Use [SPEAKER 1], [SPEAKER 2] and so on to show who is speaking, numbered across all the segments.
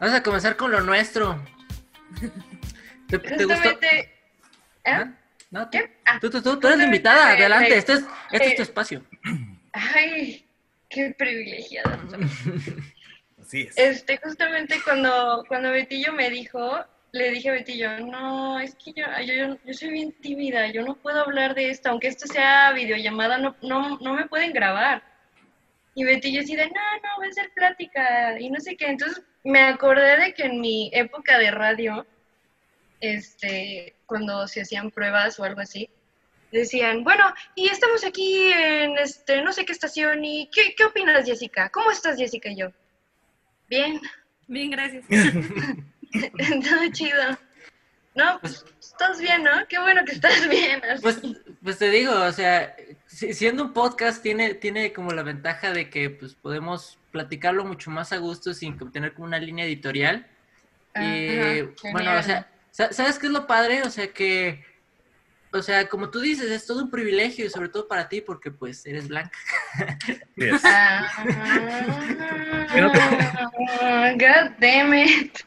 [SPEAKER 1] Vamos a comenzar con lo nuestro. ¿Te, te gustó?
[SPEAKER 2] Justamente. ¿eh?
[SPEAKER 1] ¿Ah? No, tú,
[SPEAKER 2] ¿Qué? Ah,
[SPEAKER 1] tú, tú, tú- tú eres la invitada,
[SPEAKER 2] justamente,
[SPEAKER 1] adelante,
[SPEAKER 2] eh,
[SPEAKER 1] esto es, este es tu
[SPEAKER 2] eh,
[SPEAKER 1] espacio.
[SPEAKER 2] Ay, qué privilegiada. soy.
[SPEAKER 3] Así es.
[SPEAKER 2] Este, justamente cuando, cuando Betillo me dijo, le dije a Betillo, no, es que yo, yo, yo- yo soy bien tímida, yo no puedo hablar de esto, aunque esto sea videollamada, no, no, no me pueden grabar. Y Betillo así de, no, no, va a ser plática, y no sé qué. Entonces me acordé de que en mi época de radio, este, cuando se hacían pruebas o algo así, decían, bueno, y estamos aquí en este, no sé qué estación, y ¿qué, qué opinas, Jessica? ¿Cómo estás, Jessica? Y yo, bien.
[SPEAKER 4] Bien, gracias.
[SPEAKER 2] Todo chido. No, pues estás bien, ¿no? Qué bueno que estás bien. así.
[SPEAKER 1] Pues, pues te digo, o sea, si- siendo un podcast tiene, tiene como la ventaja de que pues podemos platicarlo mucho más a gusto sin que- tener como una línea editorial. Y
[SPEAKER 2] Ah, Ajá,
[SPEAKER 1] eh, bueno, o sea, sa- ¿sabes qué es lo padre? O sea que, o sea, como tú dices, es todo un privilegio y sobre todo para ti porque pues eres blanca.
[SPEAKER 3] Así es.
[SPEAKER 2] Ah, God damn it.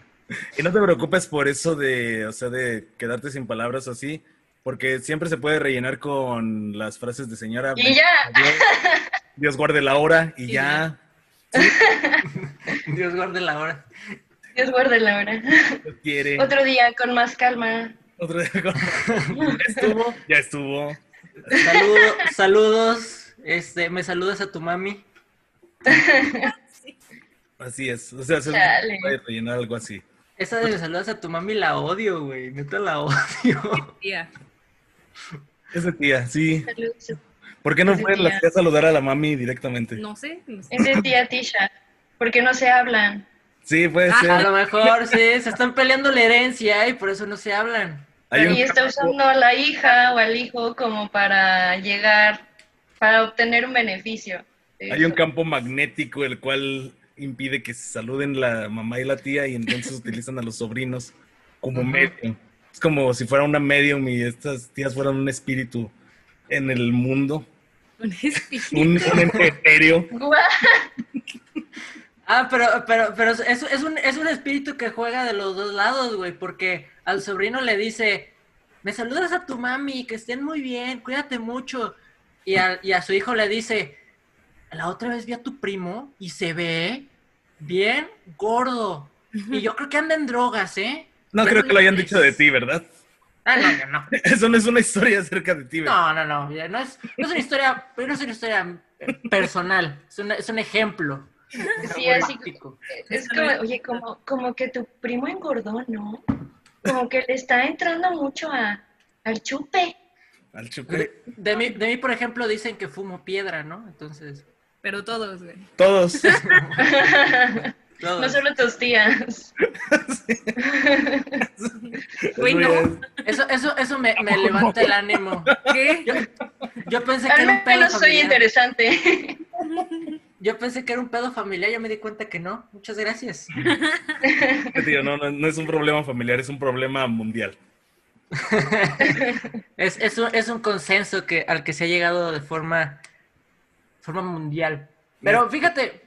[SPEAKER 3] Y no te preocupes por eso de, o sea, de quedarte sin palabras o así, porque siempre se puede rellenar con las frases de señora.
[SPEAKER 2] Y ya.
[SPEAKER 3] Dios, Dios guarde la hora y
[SPEAKER 4] Y
[SPEAKER 3] ya.
[SPEAKER 1] Dios guarde la hora.
[SPEAKER 2] Dios guarde la hora.
[SPEAKER 3] Dios quiere.
[SPEAKER 2] Otro día con más calma.
[SPEAKER 3] Otro- ya estuvo, ya estuvo.
[SPEAKER 1] Saludo- saludos, este, me saludas a tu mami.
[SPEAKER 3] Así es. O sea, se
[SPEAKER 2] Chale.
[SPEAKER 3] puede rellenar algo así.
[SPEAKER 1] Esa de me saludas a tu mami la odio, güey, neta la odio.
[SPEAKER 4] Tía.
[SPEAKER 3] Ese tía, sí.
[SPEAKER 2] Saludos.
[SPEAKER 3] ¿Por qué no
[SPEAKER 2] Ese
[SPEAKER 3] fue la
[SPEAKER 2] tía.
[SPEAKER 3] tía a saludar a la mami directamente?
[SPEAKER 4] No sé. no sé.
[SPEAKER 2] Es de tía Tisha. Porque no se hablan.
[SPEAKER 3] Sí, puede ser.
[SPEAKER 1] A lo mejor sí, se están peleando la herencia y por eso no se hablan.
[SPEAKER 3] Hay un
[SPEAKER 2] Y está usando a la hija o al hijo como para llegar, para obtener un beneficio. de
[SPEAKER 3] Hay un
[SPEAKER 2] eso.
[SPEAKER 3] campo magnético el cual impide que se saluden la mamá y la tía y entonces utilizan a los sobrinos como
[SPEAKER 1] Ajá.
[SPEAKER 3] medium. Es como si fuera una medium y estas tías fueran un espíritu en el mundo,
[SPEAKER 4] Un espíritu.
[SPEAKER 3] un, un ente etéreo.
[SPEAKER 2] Guau.
[SPEAKER 1] Ah, pero, pero, pero es, es un, es un espíritu que juega de los dos lados, güey, porque al sobrino le dice, me saludas a tu mami, que estén muy bien, cuídate mucho. Y a, y a su hijo le dice, la otra vez vi a tu primo y se ve bien gordo. Y yo creo que anda en drogas, ¿eh?
[SPEAKER 3] No creo que lo hayan dicho de ti, ¿verdad?
[SPEAKER 1] Ah, no, no, no.
[SPEAKER 3] Eso no es una historia acerca de ti. ¿verdad?
[SPEAKER 1] No, no, no. mira, No es, no es una historia, pero no es una historia eh, personal. Es, una- es un ejemplo.
[SPEAKER 2] Sí, así
[SPEAKER 1] dramático.
[SPEAKER 2] Es como, oye, como, como que tu primo engordó, ¿no? Como que le está entrando mucho a, al chupe.
[SPEAKER 3] Al chupe.
[SPEAKER 1] De, de mí, de mí, por ejemplo, dicen que fumo piedra, ¿no? Entonces,
[SPEAKER 4] Pero todos, güey.
[SPEAKER 3] Todos.
[SPEAKER 1] todo.
[SPEAKER 2] No solo tus tías.
[SPEAKER 4] Güey, no.
[SPEAKER 1] Eso, eso, eso me, me levanta el ánimo. Yo,
[SPEAKER 4] ¿Qué?
[SPEAKER 1] yo pensé que
[SPEAKER 2] Al
[SPEAKER 1] era un pedo
[SPEAKER 2] menos soy
[SPEAKER 1] familiar.
[SPEAKER 2] interesante.
[SPEAKER 1] Yo pensé que era un pedo familiar, yo me di cuenta que no. Muchas gracias.
[SPEAKER 3] Tío, no, no, no es un problema familiar, es un problema mundial.
[SPEAKER 1] Es, es, un, es un consenso que, al que se ha llegado de forma, forma mundial. Pero fíjate,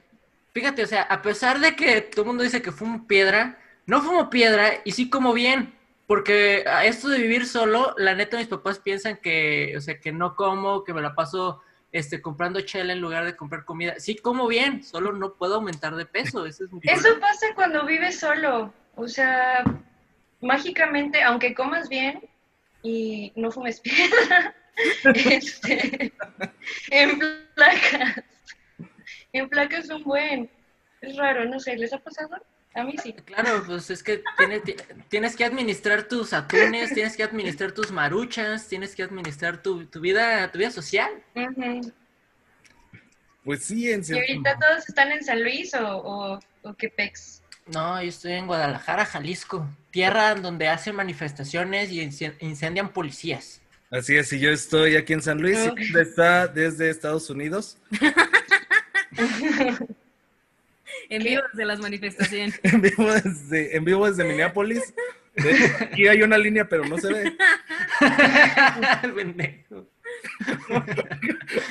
[SPEAKER 1] fíjate, o sea, a pesar de que todo el mundo dice que fumo piedra, no fumo piedra y sí como bien. Porque a esto de vivir solo, la neta mis papás piensan que, o sea, que no como, que me la paso este, comprando chela en lugar de comprar comida. Sí como bien, solo no puedo aumentar de peso. Ese es mi
[SPEAKER 2] Eso pasa cuando vives solo. O sea, mágicamente, aunque comas bien y no fumes piedra, este, en placas. En placas un buen. Es raro, no sé, ¿les ha pasado? A mí sí.
[SPEAKER 1] Claro, pues es que tiene- ti- tienes que administrar tus atunes, tienes que administrar tus maruchas, tienes que administrar tu, tu vida, tu vida social.
[SPEAKER 2] Ujú.
[SPEAKER 3] Pues sí, en
[SPEAKER 2] ¿Y
[SPEAKER 3] cierto
[SPEAKER 2] ahorita
[SPEAKER 3] modo.
[SPEAKER 2] todos están en San Luis o, o, o qué pex?
[SPEAKER 1] No, yo estoy en Guadalajara, Jalisco, tierra en donde hacen manifestaciones y inci- incendian policías.
[SPEAKER 3] Así es, y yo estoy aquí en San Luis,
[SPEAKER 2] Ok.
[SPEAKER 3] y está desde Estados Unidos.
[SPEAKER 4] En vivo de las manifestaciones.
[SPEAKER 3] En vivo desde, en vivo desde Minneapolis. De hecho, aquí hay una línea, pero no se ve.
[SPEAKER 1] Pendejo.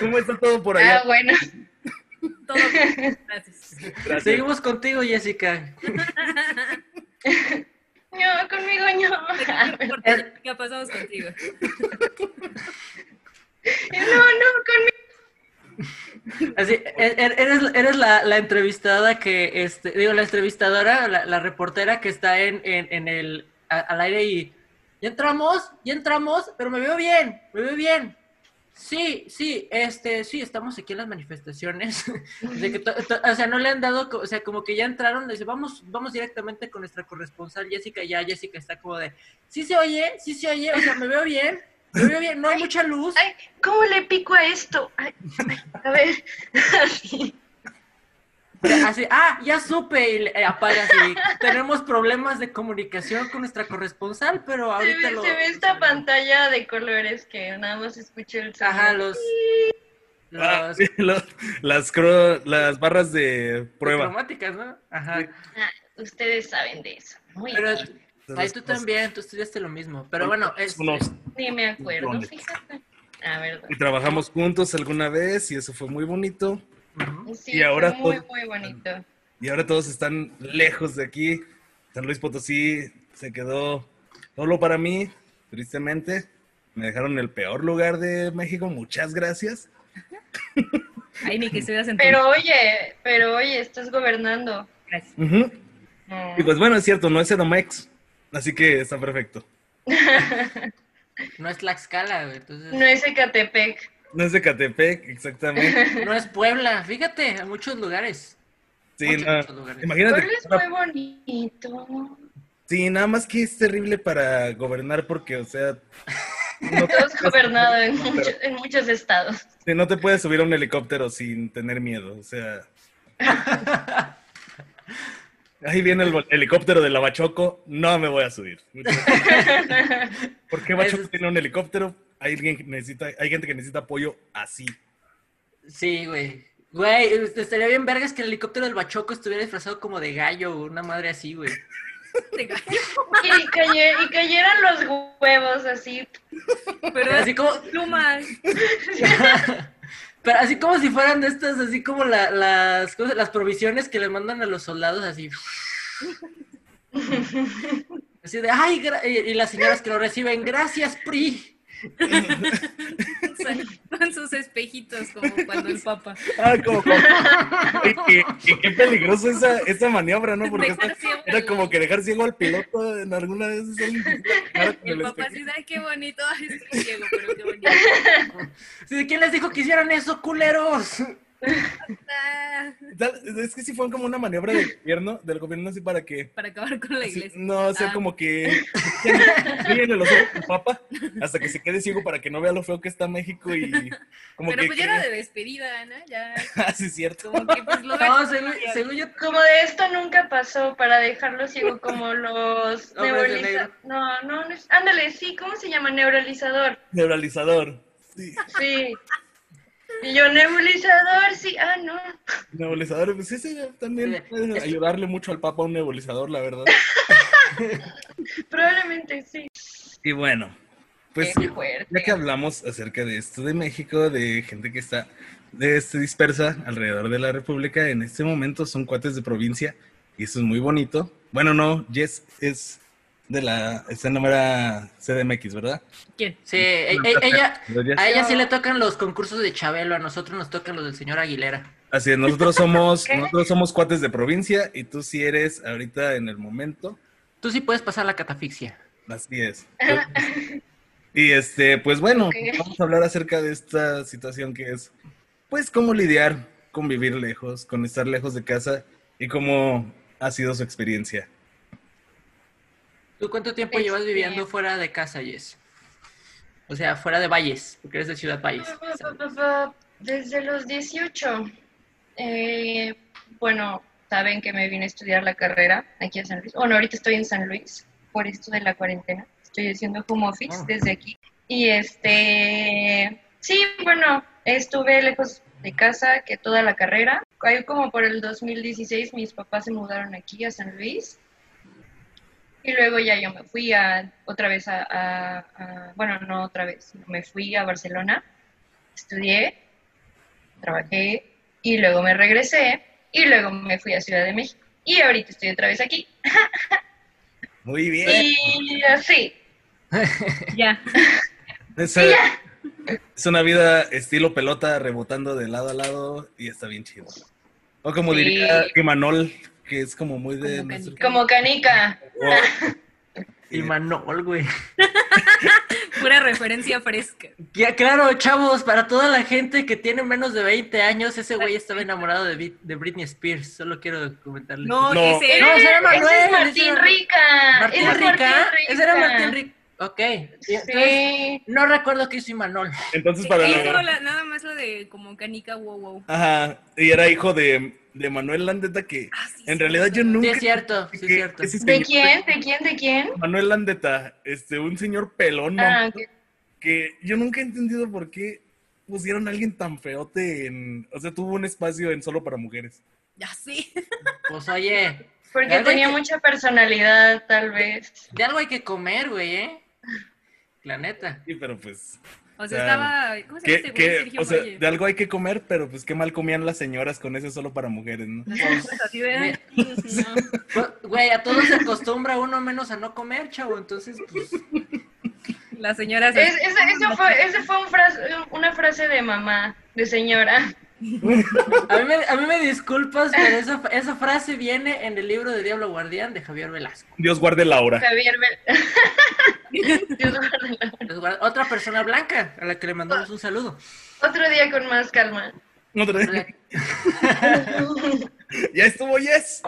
[SPEAKER 3] ¿Cómo está todo por
[SPEAKER 2] Ah,
[SPEAKER 3] allá?
[SPEAKER 2] bueno.
[SPEAKER 4] Todo bien, gracias.
[SPEAKER 1] Seguimos contigo, Jessica.
[SPEAKER 2] No, conmigo no.
[SPEAKER 4] Pequeña oportunidad, pasamos contigo.
[SPEAKER 2] No, no, conmigo.
[SPEAKER 1] Así, e- e- eres, eres la, la entrevistada que, este, digo, la entrevistadora, la, la reportera que está en, en, en el, a- al aire y, ya entramos, ya entramos, pero me veo bien, me veo bien. Sí, sí, este, sí, estamos aquí en las manifestaciones. De que to- to- o sea, no le han dado, co- o sea, como que ya entraron, le dice, vamos, vamos directamente con nuestra corresponsal Jessica, y ya Jessica está como de, sí se oye, sí se oye, o sea, me veo bien, me veo bien, no hay mucha luz.
[SPEAKER 2] Ay, ¿cómo le pico a esto? Ay, ay, a ver. Así.
[SPEAKER 1] Así, ah, ya supe y le- eh, apagas y tenemos problemas de comunicación con nuestra corresponsal, pero
[SPEAKER 2] Se
[SPEAKER 1] ahorita
[SPEAKER 2] ve,
[SPEAKER 1] lo...
[SPEAKER 2] se ve esta pantalla de colores que nada más escuché el sonido.
[SPEAKER 1] Ajá, los...
[SPEAKER 3] Ah,
[SPEAKER 1] los
[SPEAKER 3] sí, lo- las, cro- las barras de prueba.
[SPEAKER 1] cromáticas, ¿no? Ajá.
[SPEAKER 2] Ustedes saben de eso. Muy
[SPEAKER 1] Pero
[SPEAKER 2] bien.
[SPEAKER 1] ahí
[SPEAKER 3] pues,
[SPEAKER 1] tú también, tú estudiaste lo mismo. Pero bueno, es...
[SPEAKER 3] Unos-
[SPEAKER 2] Ni me acuerdo,
[SPEAKER 3] ¿Dónde?
[SPEAKER 2] fíjate. Ah, verdad.
[SPEAKER 3] y trabajamos juntos alguna vez y eso fue muy bonito.
[SPEAKER 1] Ujú.
[SPEAKER 2] Sí,
[SPEAKER 3] Y ahora
[SPEAKER 2] fue muy,
[SPEAKER 3] todo-
[SPEAKER 2] muy bonito.
[SPEAKER 3] Y ahora todos están lejos de aquí. San Luis Potosí se quedó solo para mí, tristemente. Me dejaron en el peor lugar de México, muchas gracias.
[SPEAKER 4] Ay, ni que estuvieras en tu-
[SPEAKER 2] Pero oye, pero oye, estás gobernando.
[SPEAKER 4] Gracias.
[SPEAKER 3] Ujú.
[SPEAKER 2] No.
[SPEAKER 3] Y pues bueno, es cierto, no es Edomex, así que está perfecto.
[SPEAKER 1] No es Tlaxcala, güey, entonces...
[SPEAKER 2] No es Ecatepec.
[SPEAKER 3] No es de Catepec, exactamente.
[SPEAKER 1] No es Puebla, fíjate, en muchos lugares.
[SPEAKER 3] Sí,
[SPEAKER 1] Muchos,
[SPEAKER 3] no.
[SPEAKER 1] muchos lugares.
[SPEAKER 3] Imagínate.
[SPEAKER 2] Puebla
[SPEAKER 3] que
[SPEAKER 2] es
[SPEAKER 3] fuera-
[SPEAKER 2] muy bonito.
[SPEAKER 3] Sí, nada más que es terrible para gobernar porque, o sea, no,
[SPEAKER 2] Tú has gobernado en, mucho- en muchos estados.
[SPEAKER 3] sí, no te puedes subir a un helicóptero sin tener miedo, o sea. Ahí viene el vol- helicóptero de Lavachoco, no me voy a subir. ¿Por qué Bachoco
[SPEAKER 1] Eso-
[SPEAKER 3] tiene un helicóptero? Hay, alguien que necesita, hay gente que necesita apoyo así.
[SPEAKER 1] Sí, güey. Güey, este, estaría bien vergas que el helicóptero del Bachoco estuviera disfrazado como de gallo o una madre así, güey.
[SPEAKER 2] Y, caye- y cayeran los huevos así.
[SPEAKER 4] Pero
[SPEAKER 1] Pero
[SPEAKER 4] es
[SPEAKER 1] así como,
[SPEAKER 4] plumas.
[SPEAKER 1] pero así como si fueran de estas, así como la- las, cosas- las provisiones que le mandan a los soldados, así. Así de, ay, gra- y, y las señoras que lo reciben, gracias, PRI.
[SPEAKER 4] O sea, Con sus espejitos, como cuando el papa.
[SPEAKER 3] Ah, como, como- Ay, qué, qué- qué peligroso esa, esa maniobra, ¿no? Porque
[SPEAKER 4] Dejar
[SPEAKER 3] esta-
[SPEAKER 4] ciego
[SPEAKER 3] era
[SPEAKER 4] al-
[SPEAKER 3] como que dejar ciego al piloto en alguna vez. es alguien que se quedara con
[SPEAKER 4] El
[SPEAKER 3] el
[SPEAKER 4] papá
[SPEAKER 3] espejo.
[SPEAKER 4] sí sabe qué bonito. Ay, estoy ciego, pero qué bonito.
[SPEAKER 1] Así de, ¿Quién les dijo que hicieran eso, culeros?
[SPEAKER 4] Ah,
[SPEAKER 3] Tal- Es que sí fue como una maniobra del gobierno, del gobierno así para que...
[SPEAKER 4] Para acabar con la
[SPEAKER 3] así-
[SPEAKER 4] iglesia.
[SPEAKER 3] no, o sea,
[SPEAKER 4] Ah.
[SPEAKER 3] como que... Miren los ojos del papa hasta que se quede ciego para que no vea lo feo que está México y... Como
[SPEAKER 4] Pero
[SPEAKER 3] que...
[SPEAKER 4] pues ya era de despedida, ¿no? Ya,
[SPEAKER 3] Ah, sí, es cierto.
[SPEAKER 4] como que pues lo
[SPEAKER 1] No,
[SPEAKER 4] ves-
[SPEAKER 1] según, según yo,
[SPEAKER 2] Como de esto nunca pasó para dejarlo ciego como los
[SPEAKER 1] Hombres de
[SPEAKER 2] neuraliza-
[SPEAKER 1] negro.
[SPEAKER 2] No, no, no es- ándale, sí, ¿cómo se llama? Neuralizador.
[SPEAKER 3] Neuralizador. Sí,
[SPEAKER 2] Sí. Y yo, nebulizador, sí. Ah, no.
[SPEAKER 3] nebulizador. Pues ese también
[SPEAKER 1] Mira,
[SPEAKER 3] puede ayudarle mucho al papa un nebulizador, la verdad.
[SPEAKER 2] Probablemente sí.
[SPEAKER 3] Y bueno, pues
[SPEAKER 2] Qué fuerte.
[SPEAKER 3] ya que hablamos acerca de esto de México, de gente que está de este, dispersa alrededor de la República, en este momento son cuates de provincia y eso es muy bonito. Bueno, no, Jess es de la, está en la mera CDMX, ¿verdad?
[SPEAKER 4] ¿Quién?
[SPEAKER 1] sí, e- e- ella,
[SPEAKER 3] Pero Jess-
[SPEAKER 1] a ella sí le tocan los concursos de Chabelo, a nosotros nos tocan los del señor Aguilera.
[SPEAKER 3] Así es, nosotros somos,
[SPEAKER 2] ¿Qué?
[SPEAKER 3] nosotros somos cuates de provincia y tú sí eres ahorita en el momento.
[SPEAKER 1] Tú sí puedes pasar la catafixia.
[SPEAKER 3] Así es. Y este, pues bueno,
[SPEAKER 2] Ok.
[SPEAKER 3] vamos a hablar acerca de esta situación que es, pues, cómo lidiar con vivir lejos, con estar lejos de casa y cómo ha sido su experiencia.
[SPEAKER 1] ¿Tú cuánto tiempo
[SPEAKER 2] Este-
[SPEAKER 1] llevas viviendo fuera de casa, Jess? O sea, fuera de Valles, porque eres de Ciudad Valles.
[SPEAKER 2] Desde los 18. Eh, bueno, saben que me vine a estudiar la carrera aquí a San Luis. Bueno, ahorita estoy en San Luis por esto de la cuarentena. Estoy haciendo home office
[SPEAKER 1] Ah.
[SPEAKER 2] desde aquí. Y este, sí, bueno, estuve lejos de casa que toda la carrera. Ahí como por el 2016 mis papás se mudaron aquí a San Luis. Y luego ya yo me fui a, otra vez a, a- a- bueno, no otra vez, sino me fui a Barcelona, estudié, trabajé y luego me regresé y luego me fui a Ciudad de México y ahorita estoy otra vez aquí.
[SPEAKER 3] Muy bien.
[SPEAKER 2] Y así.
[SPEAKER 4] Ya.
[SPEAKER 3] Esa- es una vida estilo pelota, rebotando de lado a lado y está bien chido. O como
[SPEAKER 2] Sí.
[SPEAKER 3] diría Imanol, que es como muy de...
[SPEAKER 4] Como
[SPEAKER 3] nuestro-
[SPEAKER 2] Como canica.
[SPEAKER 3] o-
[SPEAKER 1] Y Manol, güey.
[SPEAKER 4] Pura referencia fresca.
[SPEAKER 1] Ya, claro, chavos, para toda la gente que tiene menos de 20 años, ese güey estaba enamorado de, Bit- de Britney Spears. Solo quiero comentarle.
[SPEAKER 4] No,
[SPEAKER 3] No.
[SPEAKER 4] ese
[SPEAKER 1] No,
[SPEAKER 4] era-
[SPEAKER 1] será Manuel,
[SPEAKER 2] Ese es
[SPEAKER 1] ese
[SPEAKER 2] Martín
[SPEAKER 1] era-
[SPEAKER 2] Rica.
[SPEAKER 1] Martín
[SPEAKER 2] ese es
[SPEAKER 1] Rica. Ese era
[SPEAKER 2] Rica.
[SPEAKER 1] Martín Rica. Ok. y entonces,
[SPEAKER 2] Sí.
[SPEAKER 1] no recuerdo qué hizo Imanol.
[SPEAKER 3] Entonces para...
[SPEAKER 4] hizo la- nada más lo de como canica wow wow.
[SPEAKER 3] Ajá, y era hijo de, de Manuel Landeta, que
[SPEAKER 4] Ah, sí,
[SPEAKER 3] en
[SPEAKER 4] sí,
[SPEAKER 3] realidad
[SPEAKER 4] sí.
[SPEAKER 3] yo nunca...
[SPEAKER 1] Sí, es cierto, sí, es
[SPEAKER 3] que-
[SPEAKER 1] cierto.
[SPEAKER 3] ese
[SPEAKER 2] ¿De
[SPEAKER 3] señor-
[SPEAKER 2] quién? ¿De quién? ¿De quién?
[SPEAKER 3] Manuel Landeta, este, un señor pelón, mamá,
[SPEAKER 2] Ah, ok.
[SPEAKER 3] que yo nunca he entendido por qué pusieron a alguien tan feote en... O sea, tuvo un espacio en solo para mujeres.
[SPEAKER 4] Ya sé.
[SPEAKER 1] Pues oye,
[SPEAKER 2] Porque
[SPEAKER 1] Algo
[SPEAKER 2] tenía
[SPEAKER 1] que-
[SPEAKER 2] mucha personalidad, tal vez.
[SPEAKER 1] de algo hay que comer, güey, ¿eh? La neta.
[SPEAKER 3] Sí, pero pues...
[SPEAKER 4] O sea,
[SPEAKER 3] Ah.
[SPEAKER 4] estaba.
[SPEAKER 2] Pues
[SPEAKER 4] ¿Cómo se
[SPEAKER 3] ¿Qué-
[SPEAKER 4] llama este güey?
[SPEAKER 3] qué-
[SPEAKER 4] Sergio
[SPEAKER 3] o sea,
[SPEAKER 4] Mayer.
[SPEAKER 3] de algo hay que comer, pero pues qué mal comían las señoras con ese solo para mujeres, ¿no?
[SPEAKER 4] Las cosas así de-
[SPEAKER 1] Mira.
[SPEAKER 4] No.
[SPEAKER 1] Pues, Güey, a todos se acostumbra uno menos a no comer, chavo. Entonces, pues.
[SPEAKER 4] Las señoras.
[SPEAKER 2] Es, es- eso fue, ese fue un fras- una frase de mamá, de señora.
[SPEAKER 1] A mí me, a mí me disculpas, pero esa, esa frase viene en el libro de Diablo Guardián de Javier Velasco.
[SPEAKER 3] Dios guarde la hora.
[SPEAKER 2] Javier. Vel- Dios guarde la-
[SPEAKER 1] Pues, guarda- Otra persona blanca a la que le mandamos un saludo.
[SPEAKER 2] Otro día con más calma.
[SPEAKER 3] Otra vez. Ya estuvo, yes.